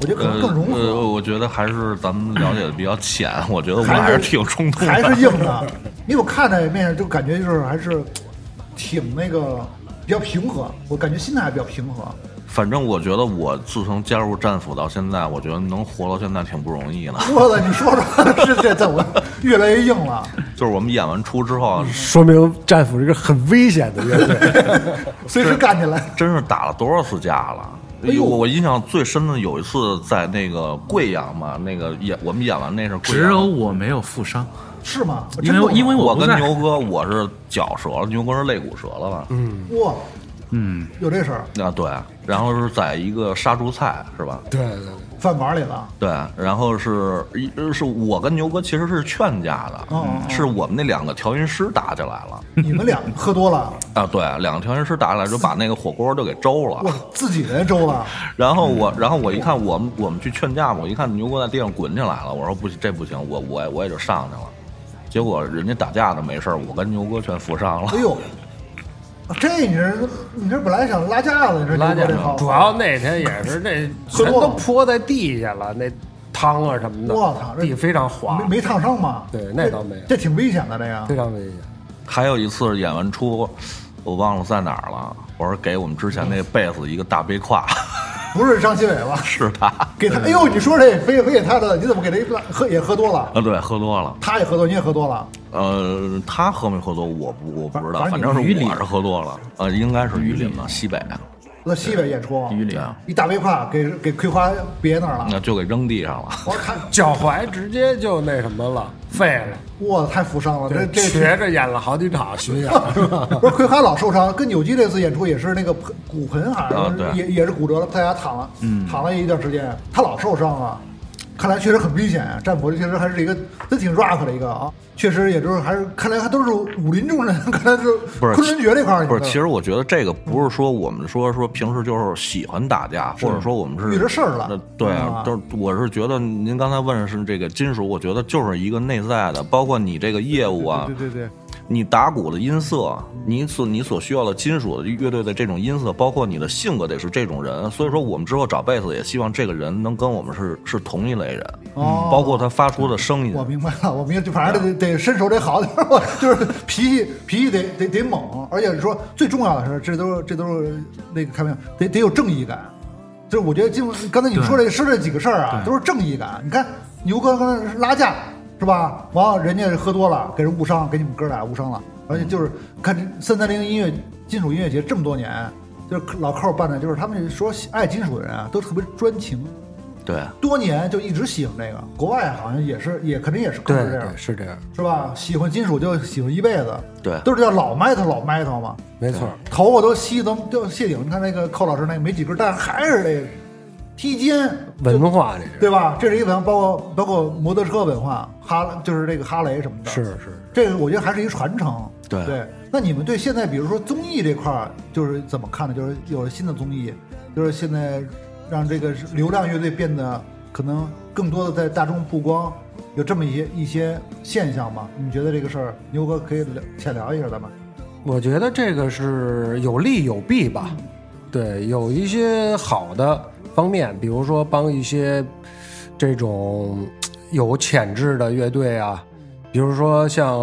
S3: 我觉得可能更融合。
S7: 呃，我觉得还是咱们了解的比较浅，我觉得我还是挺冲动的，
S3: 还是硬的。因为我看那面就感觉就是还是挺那个比较平和，我感觉心态还比较平和。
S7: 反正我觉得我自从加入战斧到现在，我觉得能活到现在挺不容易了。
S3: 我操，你说说，是这怎么越来越硬了？
S7: 就是我们演完出之后，啊
S4: 说明战斧是个很危险的乐队，
S3: 随时干起来。
S7: 真是打了多少次架了。
S3: 哎呦
S7: 我我印象最深的有一次在那个贵阳嘛，那个演我们演完那是贵
S6: 只有
S7: 阳，
S6: 我没有负伤，
S3: 是吗？
S6: 因为因为
S7: 我
S6: 不
S7: 跟
S6: 在。
S7: 牛哥我是脚折了，牛哥是肋骨折了吧？嗯，
S3: 哇，
S6: 嗯，
S3: 有这事儿，
S7: 啊对，然后是在一个杀猪菜是吧？
S4: 对对对，
S3: 饭馆里了。
S7: 对，然后是一是我跟牛哥其实是劝架的，
S3: 哦哦
S7: 是我们那两个调音师打起来了
S3: 你们俩喝多 了，
S7: 啊，对，两个调音师打起来就把那个火锅就给周了
S3: 我。自己人粥了，
S7: 然后我，然后我一看，我们我们去劝架嘛，我一看牛哥在地上滚起来了，我说不行，这不行，我我也我也就上去了。结果人家打架的没事儿我跟牛哥全扶上了
S3: 哎。呦，这你这你这本来想拉架子，你这
S4: 拉 架
S3: 这套，
S4: 主要那天也是 这
S3: 喝
S4: 全
S3: 多了
S4: 都泼在地下了，那汤啊什么的，
S3: 我操这
S4: 地非常滑，
S3: 没没烫伤吗？
S4: 对那倒没有
S3: 这挺危险的这个
S4: 非。常危险。
S7: 还有一次演完出，我忘了在哪儿了，我说给我们之前那贝斯一个大背胯，
S3: 不是张新伟吧？
S7: 是他
S3: 给他，哎呦，你说这非非给他的，你怎么给他喝也喝多了？
S7: 啊，对，喝多了。
S3: 他也喝多，你也喝多了，
S7: 呃，他喝没喝多，我不我不知道，
S3: 反
S7: 反
S3: 反
S7: 正
S3: 正
S7: 是
S6: 你们
S7: 我是喝多了，呃，应该是榆林吧，西北，啊
S3: 那西北演出，
S6: 于林，
S3: 一大背胯给给葵花别那儿了。
S7: 那就给扔地上了。
S3: 我看，
S4: 脚踝直接就那什么了，废了，
S3: 哇，太负伤了，这这
S4: 瘸着演了好几场巡 演，是吧
S3: 不是葵花老受伤，跟扭机这次演出也是那个盆骨盆还是、
S7: 啊对嗯
S3: 也也是骨折了，在家躺了，躺了一段时间，他老受伤了。看来确实很危险，战佛确实还是一个真挺 rock 的一个啊，确实也就是还是看来还都是武林中人， 看来是
S7: 不是
S3: 昆仑决这块儿，
S7: 不是，其实我觉得这个不是说我们说说平时就是喜欢打架，或者说我们是
S3: 遇着事儿了
S7: 呃对
S3: 啊
S7: 啊，就是我是觉得您刚才问的是这个金属，我觉得就是一个内在的，包括你这个业务啊，
S3: 对对对，
S7: 你打鼓的音色，你所你所需要的金属的乐队的这种音色，包括你的性格得是这种人。所以说，我们之后找贝斯也希望这个人能跟我们是是同一类人，
S3: 哦
S7: 包括他发出的声音
S3: 我。明白了，我明白，反正得得身手得好点儿，我就是脾气脾气得得得猛，而且说最重要的是，这都是这都是那个开玩笑，得得有正义感。就是我觉得今刚才你说这说这几个事儿啊，都是正义感。你看牛哥刚才是拉架是吧？完了人家喝多了，给人误伤，给你们哥俩误伤了。而且就是看这三三零音乐金属音乐节这么多年，就是老寇办的，就是他们说爱金属的人啊，都特别专情。
S7: 对，
S3: 多年就一直喜欢这个，国外好像也是，也肯定也是，可能是这样，
S4: 是这样，
S3: 是吧？喜欢金属就喜欢一辈子，
S7: 对
S3: 都是叫老 metal 老 metal 嘛，
S4: 没错。
S3: 头发都稀都掉谢顶，你看那个寇老师那个没几根，但是还是得披肩，
S4: 文化这是
S3: 对吧？这是一个文化，包括包括摩托车文化，哈就是这个哈雷什么的，
S4: 是是，
S3: 这个我觉得还是一个传承。
S7: 对
S3: 那你们对现在比如说综艺这块儿，就是怎么看呢？就是有了新的综艺，就是现在让这个流量乐队变得可能更多的在大众曝光，有这么一些一些现象吗？你觉得这个事儿，牛哥可以聊浅聊一下咱们？
S4: 我觉得这个是有利有弊吧。对，有一些好的方面，比如说帮一些这种嘖有潜质的乐队啊，比如说像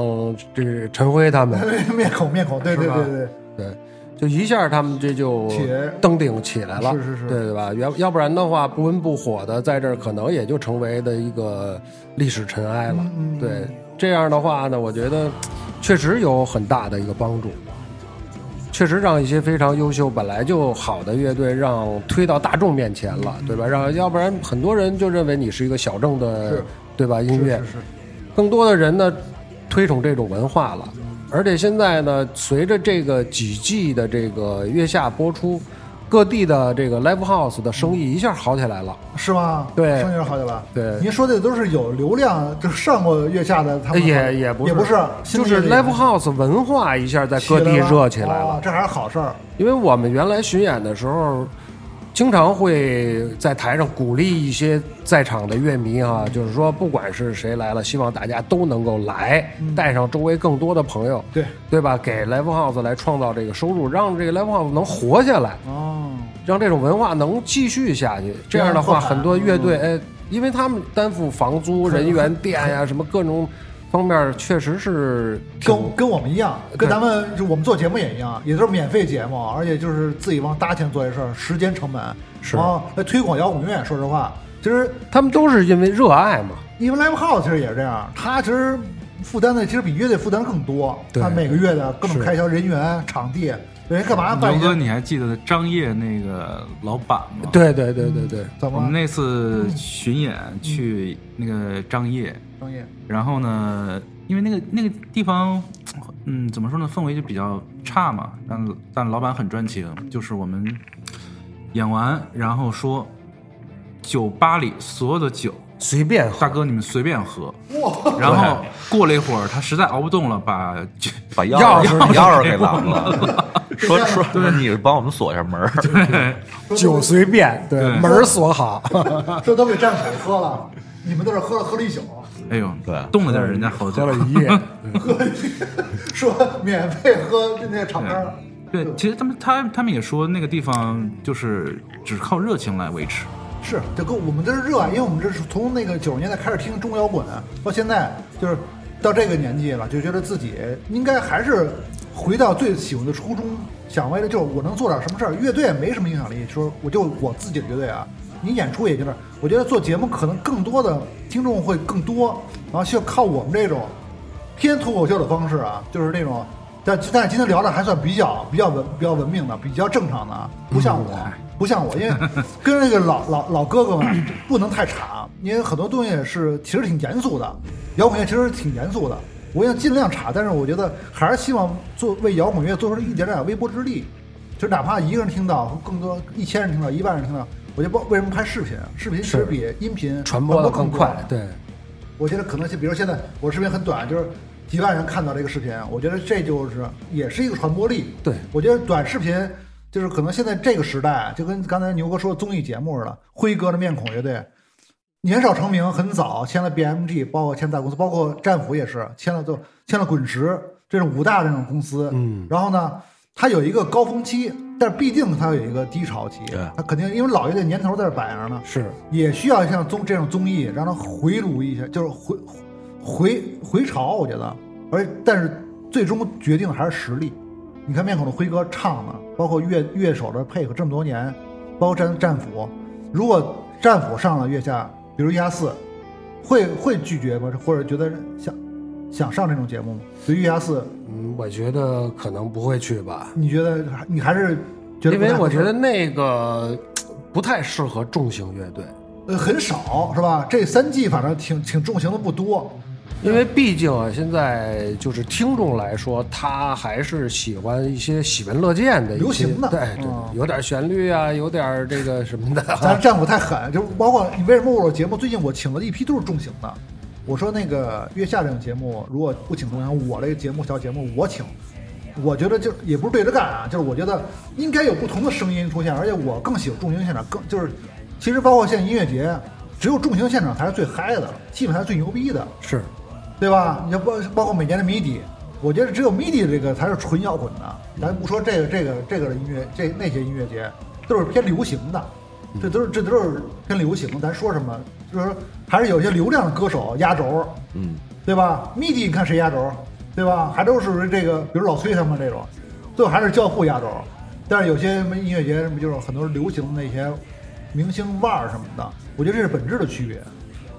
S4: 这陈辉他们，
S3: 面孔面孔，对对
S4: 是吧
S3: 对对，
S4: 对，就一下他们这就
S3: 起
S4: 登顶起来了，
S3: 是是是
S4: 对吧？要要不然的话，不温不火的，在这儿可能也就成为的一个历史尘埃
S3: 嗯
S4: 了。对，这样的话呢，我觉得确实有很大的一个帮助，确实让一些非常优秀、本来就好的乐队让推到大众面前了，对吧？让要不然很多人就认为你是一个小众的
S3: 是，
S4: 对吧？音乐
S3: 是是是，
S4: 更多的人呢推崇这种文化了。而且现在呢，随着这个几季的这个月下播出，各地的这个 live house 的生意一下好起来了。
S3: 是吗？
S4: 对
S3: 声音好起来了。
S4: 对
S3: 您说的都是有流量，就是上过月下的他们
S4: 哎也也不
S3: 也不是，新
S4: 就
S3: 的乐
S4: 是
S3: 队
S4: live house 文化一下在各地热起来
S3: 哦
S4: 了。
S3: 这还是好事儿。
S4: 因为我们原来巡演的时候，经常会在台上鼓励一些在场的乐迷哈、就是说不管是谁来了，希望大家都能够来，带上周围更多的朋友，
S3: 对
S4: 对吧？给 Live House 来创造这个收入，让这个 Live House 能活下来，
S3: 哦，
S4: 让这种文化能继续下去。这样的
S3: 这
S4: 话，
S3: 样扩展
S4: 很多乐队哎，因为他们担负房租、人员、店呀、什么各种方面，确实是挺
S3: 跟跟我们一样，跟
S4: 对
S3: 咱们就我们做节目也一样，也都是免费节目，而且就是自己往搭钱做这事儿，时间成本
S4: 是
S3: 啊。来推广摇滚乐，说实话，其实
S4: 他们都是因为热爱嘛。
S3: 因为 live house 其实也是这样，它其实负担的其实比乐队负担更多，
S4: 对
S3: 它每个月的各种
S4: 是
S3: 开销、人员、场地，人家干嘛办
S6: 牛
S3: 一
S6: 哥，
S3: 个？
S6: 你还记得张掖那个老板吗？，
S4: 对对对对对，
S3: 怎
S6: 我们
S3: 么
S6: 那次巡演去那个张掖，
S3: 商业？
S6: 然后呢，因为那个那个地方，嗯，怎么说呢，氛围就比较差嘛。但但老板很专情，就是我们演完，然后说，酒吧里所有的酒，
S4: 随便喝
S6: 大哥你们随便喝。然后过了一会儿，他实在熬不动了，把酒
S7: 把钥
S4: 钥匙
S7: 匙钥匙给咱们 了，说说说你帮我们锁一下门儿。
S4: 酒随便，对
S6: 对
S4: 门儿锁好。啊
S3: 这都给蘸水喝了，你们在这喝了喝了一宿，
S6: 哎呦，
S7: 对
S6: 动了点人家好
S4: 喝
S6: 酒
S4: 了。一夜，
S3: 说免费喝那个厂商。
S4: 嗯
S6: 对，其实他们他他们也说那个地方就是只靠热情来维持。
S3: 是，这跟我们这是热啊爱，因为我们这是从那个九十年代开始听中摇滚，到现在就是到这个年纪了，就觉得自己应该还是回到最喜欢的初衷，想为了就是我能做点什么事儿。乐队没什么影响力，说我就我自己的乐队啊，你演出也就是，我觉得做节目可能更多的听众会更多，然后就靠我们这种偏脱口秀的方式啊，就是那种。但但是今天聊的还算比较比较文比较文明的，比较正常的啊，不像我，
S4: 嗯
S3: 不像我， 因为跟那个老老老哥哥们不能太岔，因为很多东西是其实挺严肃的，摇滚乐其实挺严肃的，我也尽量岔，但是我觉得还是希望做为摇滚乐做出一点点微薄之力，就是哪怕一个人听到，更多一千人听到，一万人听到，我就不知道为什么拍视频，啊视频其实
S4: 是
S3: 比音频
S4: 传播的
S3: 更
S4: 更
S3: 多
S4: 快。对，
S3: 我觉得可能性，比如现在我视频很短，就是几万人看到这个视频，我觉得这就是也是一个传播力。
S4: 对
S3: 我觉得短视频就是可能现在这个时代，就跟刚才牛哥说的综艺节目似的，辉哥的面孔乐队年少成名，很早签了 BMG，包括签大公司，包括战斧也是签了就签了滚石这种五大这种公司。
S4: 嗯，
S3: 然后呢，它有一个高峰期，但必定它有一个低潮期。
S7: 对
S3: 它肯定因为老乐队年头在这摆着呢。
S4: 是
S3: 也需要像综这种综艺，让它回炉一下，就是回回回潮。我觉得，而但是最终决定的还是实力。你看面孔的辉哥唱的，包括乐乐手的配合，这么多年，包括战战斧，如果战斧上了月下，比如月下四，会会拒绝吗？或者觉得想想上这种节目吗？对月下四，
S4: 嗯，我觉得可能不会去吧，
S3: 你觉得你还是觉得
S4: 因
S3: 不太合适？
S4: 为我觉得那个不太适合重型乐队，
S3: 呃很少是吧？这三季反正挺挺重型的不多，
S4: 因
S3: 嗯
S4: 为毕竟啊，现在就是听众来说，他还是喜欢一些喜闻乐见的一些
S3: 流行的
S4: 对对对
S3: 嗯，
S4: 有点旋律啊，有点这个什么的啊。
S3: 咱战斧太狠，就是包括你为什么我节目最近我请了一批都是重型的，我说那个月下这种节目如果不请重型，我这个节目小节目我请，我觉得就也不是对着干啊，就是我觉得应该有不同的声音出现，而且我更喜欢重型现场，更就是其实包括现在音乐节，只有重型现场才是最嗨的，气氛才是最牛逼的，
S4: 是
S3: 对吧？你要包包括每年的谜底，我觉得只有谜底这个才是纯摇滚的。咱不说这个这个这个的音乐，这那些音乐节都是偏流行的，这都是这都是偏流行的。咱说什么？就是说还是有些流量的歌手压轴，
S7: 嗯，
S3: 对吧？谜底你看谁压轴，对吧？还都是属于这个，比如老崔他们这种，最后还是教父压轴。但是有些什么音乐节什么，就是很多流行的那些明星腕儿什么的，我觉得这是本质的区别。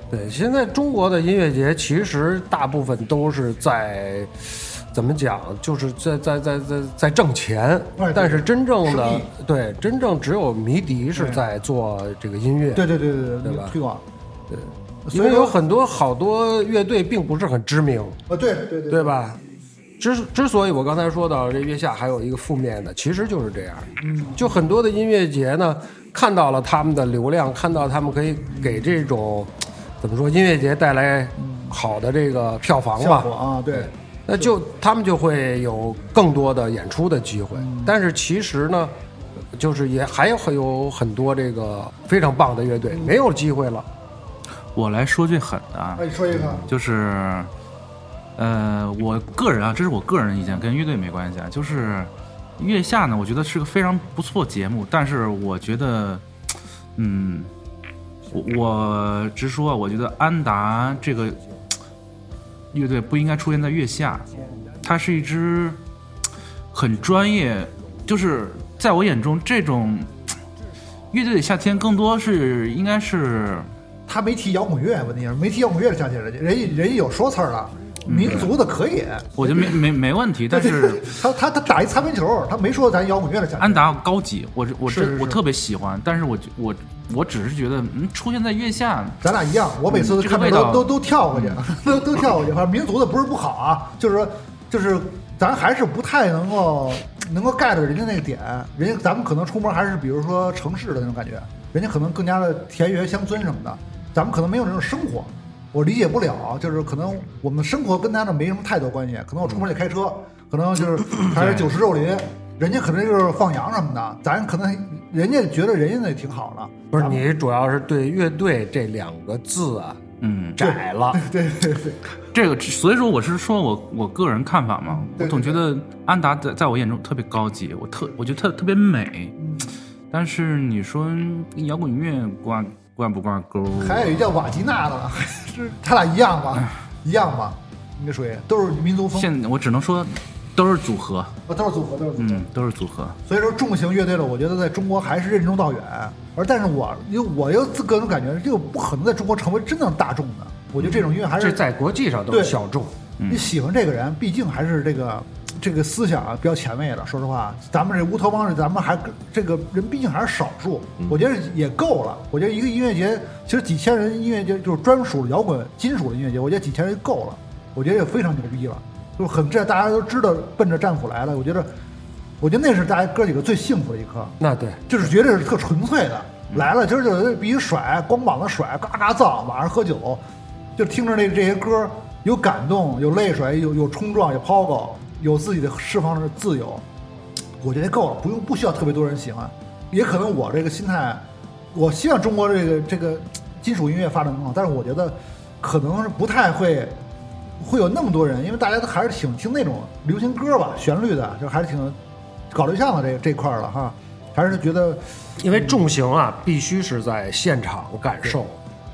S4: 对，现在中国的音乐节其实大部分都是在。怎么讲？就是在在在在在挣钱
S3: 哎对，
S4: 但是真正
S3: 生
S4: 的
S3: 意
S4: 对真正只有迷笛是
S3: 对
S4: 在做这个音乐，
S3: 对对对对
S4: 对吧
S3: 推广。
S4: 因为有很多好多乐队并不是很知名，
S3: 呃，对对对
S4: 对吧？之之所以我刚才说到这月下还有一个负面的，其实就是这样。嗯，就很多的音乐节呢，看到了他们的流量，看到他们可以给这种怎么说音乐节带来好的这个票房
S3: 效
S4: 吧
S3: 果，啊，对，
S4: 那就他们就会有更多的演出的机会。
S3: 嗯
S4: 但是其实呢，就是也还有有很多这个非常棒的乐队没有机会了。
S6: 我来说句狠的啊，
S3: 哎，你说一个，
S4: 嗯
S6: 就是，呃，我个人啊，这是我个人的意见，跟乐队没关系啊。就是月下呢，我觉得是个非常不错节目，但是我觉得，嗯，我我直说啊，我觉得安达这个乐队不应该出现在月下，它是一支很专业，就是在我眼中，这种乐队的夏天更多是应该是。
S3: 他没提摇滚乐，问题是没提摇滚乐的夏天，人家人家人家有说词儿了，
S4: 嗯
S3: 民族的可以，
S6: 我觉得没没没问题，但是
S3: 他他他打一擦边球，他没说咱摇滚乐的夏天，
S6: 安达高级，我这我
S3: 是是
S6: 这
S3: 是
S6: 我特别喜欢，但是我觉我我只是觉得，嗯，出现在月下，
S3: 咱俩一样，我每次
S6: 嗯这
S3: 看
S6: 个
S3: 着
S6: 味
S3: 都、
S6: 道
S3: 都都跳过去， 都都跳过去。反正民族的不是不好啊，就是说，就是咱还是不太能够能够 get 人家那个点。人家咱们可能出门还是比如说城市的那种感觉，人家可能更加的田园乡村什么的，咱们可能没有那种生活，我理解不了。就是可能我们生活跟他的没什么太多关系，可能我出门得开车，可能就是还是
S6: 嗯
S3: 酒池肉林。人家可能就是放羊什么的，咱可能人家觉得人家那挺好的，
S4: 不是你主要是对乐队这两个字啊
S6: 嗯，
S4: 窄了，
S3: 对对对，
S6: 这个，所以说我是说我我个人看法嘛，我
S3: 对
S6: 总觉得安达在在我眼中特别高级，我特我觉得特特别美，但是你说跟摇滚乐挂挂不挂钩？
S3: 还有一叫瓦吉纳的，还 是他俩一样
S4: 嗯
S3: 吧，一样吧，应该属于都是民族风，
S6: 现我只能说都是组合，
S3: 都是组合，都是组合。
S6: 嗯，都是组合，
S3: 所以说，重型乐队了，我觉得在中国还是任重道远。而但是我又我又自个人感觉，这个不可能在中国成为真正大众的。我觉得这种音乐还
S4: 这
S3: 是
S4: 在国际上都
S3: 对
S4: 是小众。
S3: 你喜欢这个人，毕竟还是这个这个思想啊比较前卫的。说实话，咱们这乌托邦，咱们还这个人毕竟还是少数，我觉得也够了。我觉得一个音乐节，其实几千人音乐节就是专属摇滚金属的音乐节，我觉得几千人就够了，我觉得也非常牛逼了，就是很这大家都知道奔着战斧来了。我觉得，我觉得那是大家哥几个最幸福的一刻。
S4: 那对，
S3: 就是绝对是特纯粹的。来了，今儿就是必须甩，光膀子甩，嘎嘎造，晚上喝酒，就听着这这些歌，有感动，有泪水，有有冲撞，有抛高，有自己的释放的自由。我觉得够了，不用不需要特别多人喜欢。也可能我这个心态，我希望中国这个这个金属音乐发展更好，但是我觉得可能是不太会会有那么多人，因为大家都还是挺听那种流行歌吧，旋律的，就还是挺搞对象的这这块儿了哈，还是觉得
S4: 因为重型啊，必须是在现场感受。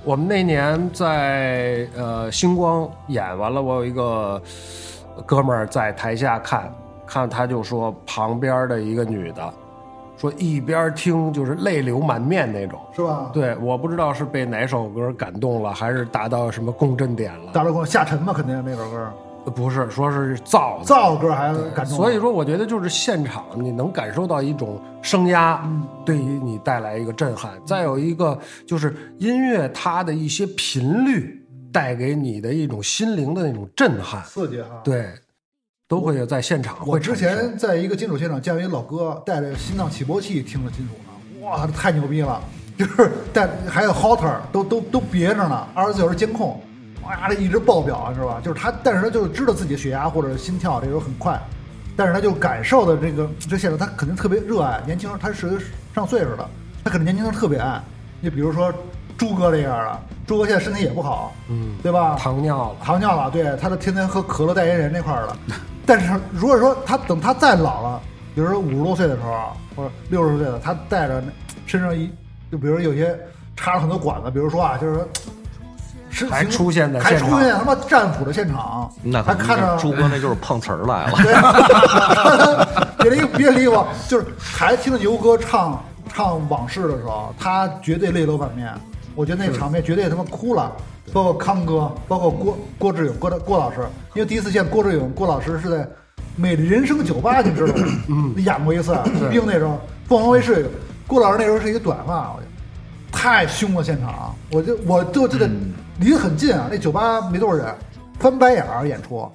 S4: 我们那年在呃星光演完了，我有一个哥们儿在台下看，看他就说旁边的一个女的，说一边听就是泪流满面那种。
S3: 是吧？
S4: 对，我不知道是被哪首歌感动了，还是达到什么共振点了。
S3: 大陆光下沉嘛，肯定是那首歌，
S4: 不是，说是造的
S3: 造歌还感动。
S4: 所以说，我觉得就是现场你能感受到一种声压，对于你带来一个震撼。再有一个就是音乐它的一些频率带给你的一种心灵的那种震撼，
S3: 刺激哈。，
S4: 对，都会有在现场
S3: 我
S4: 会
S3: 之
S4: 产生。
S3: 前在一个金属现场见过一老哥带着心脏起搏器听着金属呢，哇，太牛逼了！就是带还有 halter 都都都别着呢，二十四小时监控，哇，这一直爆表是吧？就是他，但是他就知道自己血压或者心跳这时候很快，但是他就感受的这个这现场，他肯定特别热爱。年轻人他是上岁数的，他可能年轻人特别爱。你比如说朱哥这样的，朱哥现在身体也不好，嗯，对吧？
S4: 糖尿了，
S3: 糖尿了，对，他是天天喝可乐代言人那块儿的。但是如果说他等他再老了，比如说五十多岁的时候，或者六十岁的，他带着那身上一，就比如说有些插了很多管子，比如说啊，就是说是
S4: 还
S3: 行
S4: 出现在
S3: 还
S4: 现
S3: 出
S4: 场
S3: 现他妈战斧的现场，
S7: 那
S3: 还
S7: 可
S3: 看着
S7: 能朱哥那就是碰瓷儿来 了。
S3: 别理别理我，就是还听着牛哥唱唱往事的时候，他绝对泪流满面。我觉得那个场面绝对他妈哭了，包括康哥，包括郭郭志勇、郭郭老师，因为第一次见郭志勇、郭老师是在美丽人生酒吧，你知道吗？演过一次，当兵那时候，凤凰卫视，郭老师那时候是一个短发，我觉得太凶了，现场，我就我就就得
S4: 嗯
S3: 离得很近啊，那酒吧没多少人，翻白眼儿演出，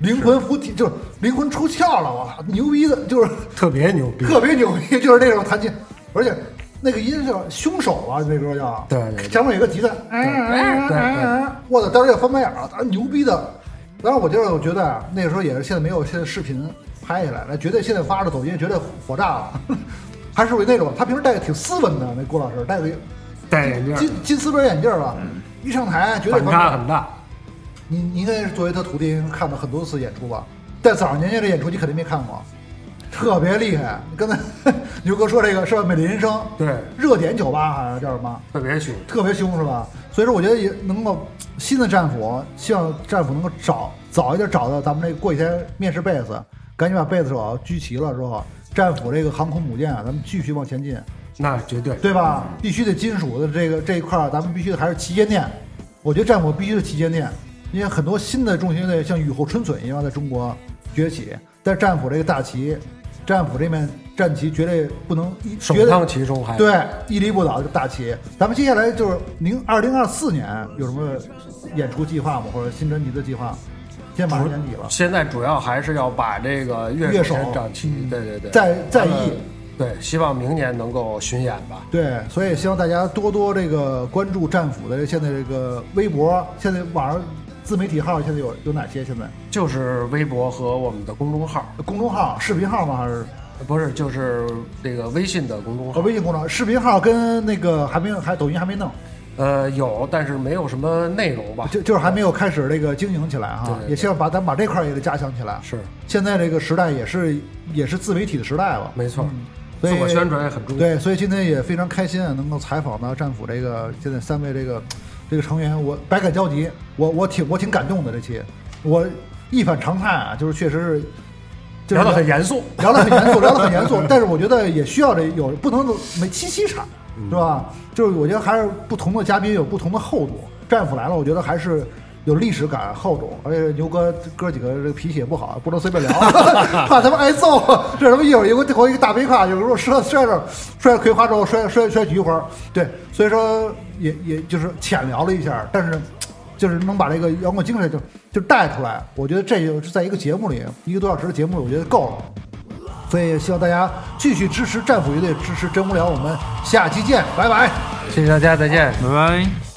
S3: 灵魂附体就是灵魂出窍了，我操，牛逼的，就是
S4: 特别牛逼。
S3: 特别牛逼，就是那种弹琴，而且那个音叫凶手啊，那歌叫，
S4: 对对对
S3: 前面有一个吉他，哎
S4: 对
S3: 我操，当时也翻白眼了，啊，牛逼的。当然，我就是我觉得啊，那个时候也是现在没有现在视频拍下来，那绝对现在发着抖音绝对火炸了， 还是属于那种他平时戴个挺斯文的那郭老师戴个
S4: 戴眼镜儿
S3: 金金丝边眼镜了，一上台绝对
S4: 嗯反
S3: 翻
S4: 差
S3: 白眼。
S4: 很大，
S3: 你你应该是作为他徒弟，看了很多次演出吧？但早上年间这演出你肯定没看过，特别厉害。刚才牛哥说这个是吧？美丽人生
S4: 对
S3: 热点酒吧好像叫什么？
S4: 特别凶。
S3: 特别凶是吧？所以说我觉得也能够新的战斧，希望战斧能够找早一点找到咱们这个过几天面试贝斯，赶紧把贝斯手聚齐了之后，战斧这个航空母舰啊，咱们继续往前进。
S4: 那绝对
S3: 对吧？必须得金属的这个这一块儿，咱们必须得还是旗舰店。我觉得战火必须是旗舰店，因为很多新的重型乐队像雨后春笋一样在中国崛起，但是战斧这个大旗，战斧这面战旗绝对不能一
S4: 首
S3: 绝对
S4: 当其冲还
S3: 对屹立不倒就大旗。咱们接下来就是您二零二四年有什么演出计划吗？或者新专辑的计划？现在马上年底了，
S4: 现在主要还是要把这个
S3: 乐
S4: 乐
S3: 手
S4: 先长齐，对对对，
S3: 在在
S4: 咱们
S3: 意。
S4: 对，希望明年能够巡演吧。
S3: 对，所以希望大家多多这个关注战斧的现在这个微博，现在网上自媒体号现在有有哪些？现在
S4: 就是微博和我们的公众号，
S3: 公众号、视频号吗？还是
S4: 不是，就是这个微信的公众
S3: 哦，
S4: 号。
S3: 微信公众号、视频号跟那个还没有，还抖音还没弄，
S4: 呃，有，但是没有什么内容吧。
S3: 就就是还没有开始这个经营起来哈
S4: 对。对对
S3: 也希望把咱把这块儿也得加强起来。
S4: 是，
S3: 现在这个时代也是也是自媒体的时代了，
S4: 没错，
S3: 嗯所以
S4: 自我宣传也很重要。
S3: 对，所以今天也非常开心啊，能够采访到战斧这个现在三位这个这个成员，我百感交集，我我挺我挺感动的。这期我一反常态啊，就是确实是就是
S4: 聊得很严肃，
S3: 聊得很严肃，聊得很严肃，但是我觉得也需要这有不能每期期产，是吧？就是我觉得还是不同的嘉宾有不同的厚度。战斧来了，我觉得还是有历史感、厚度，而且牛哥哥几个这个脾气也不好，不能随便聊， 怕他们挨揍。这什么一会儿有个头一个大背胯，有时候摔摔着摔着葵花之后摔摔摔菊花，对，所以说也也就是浅聊了一下，但是。就是能把这个摇滚精神就就带出来，我觉得这就是在一个节目里一个多小时的节目里，我觉得够了。所以希望大家继续支持战斧乐队，支持真无聊，我们下期见，拜拜。
S4: 谢谢大家，再见。
S6: 拜拜。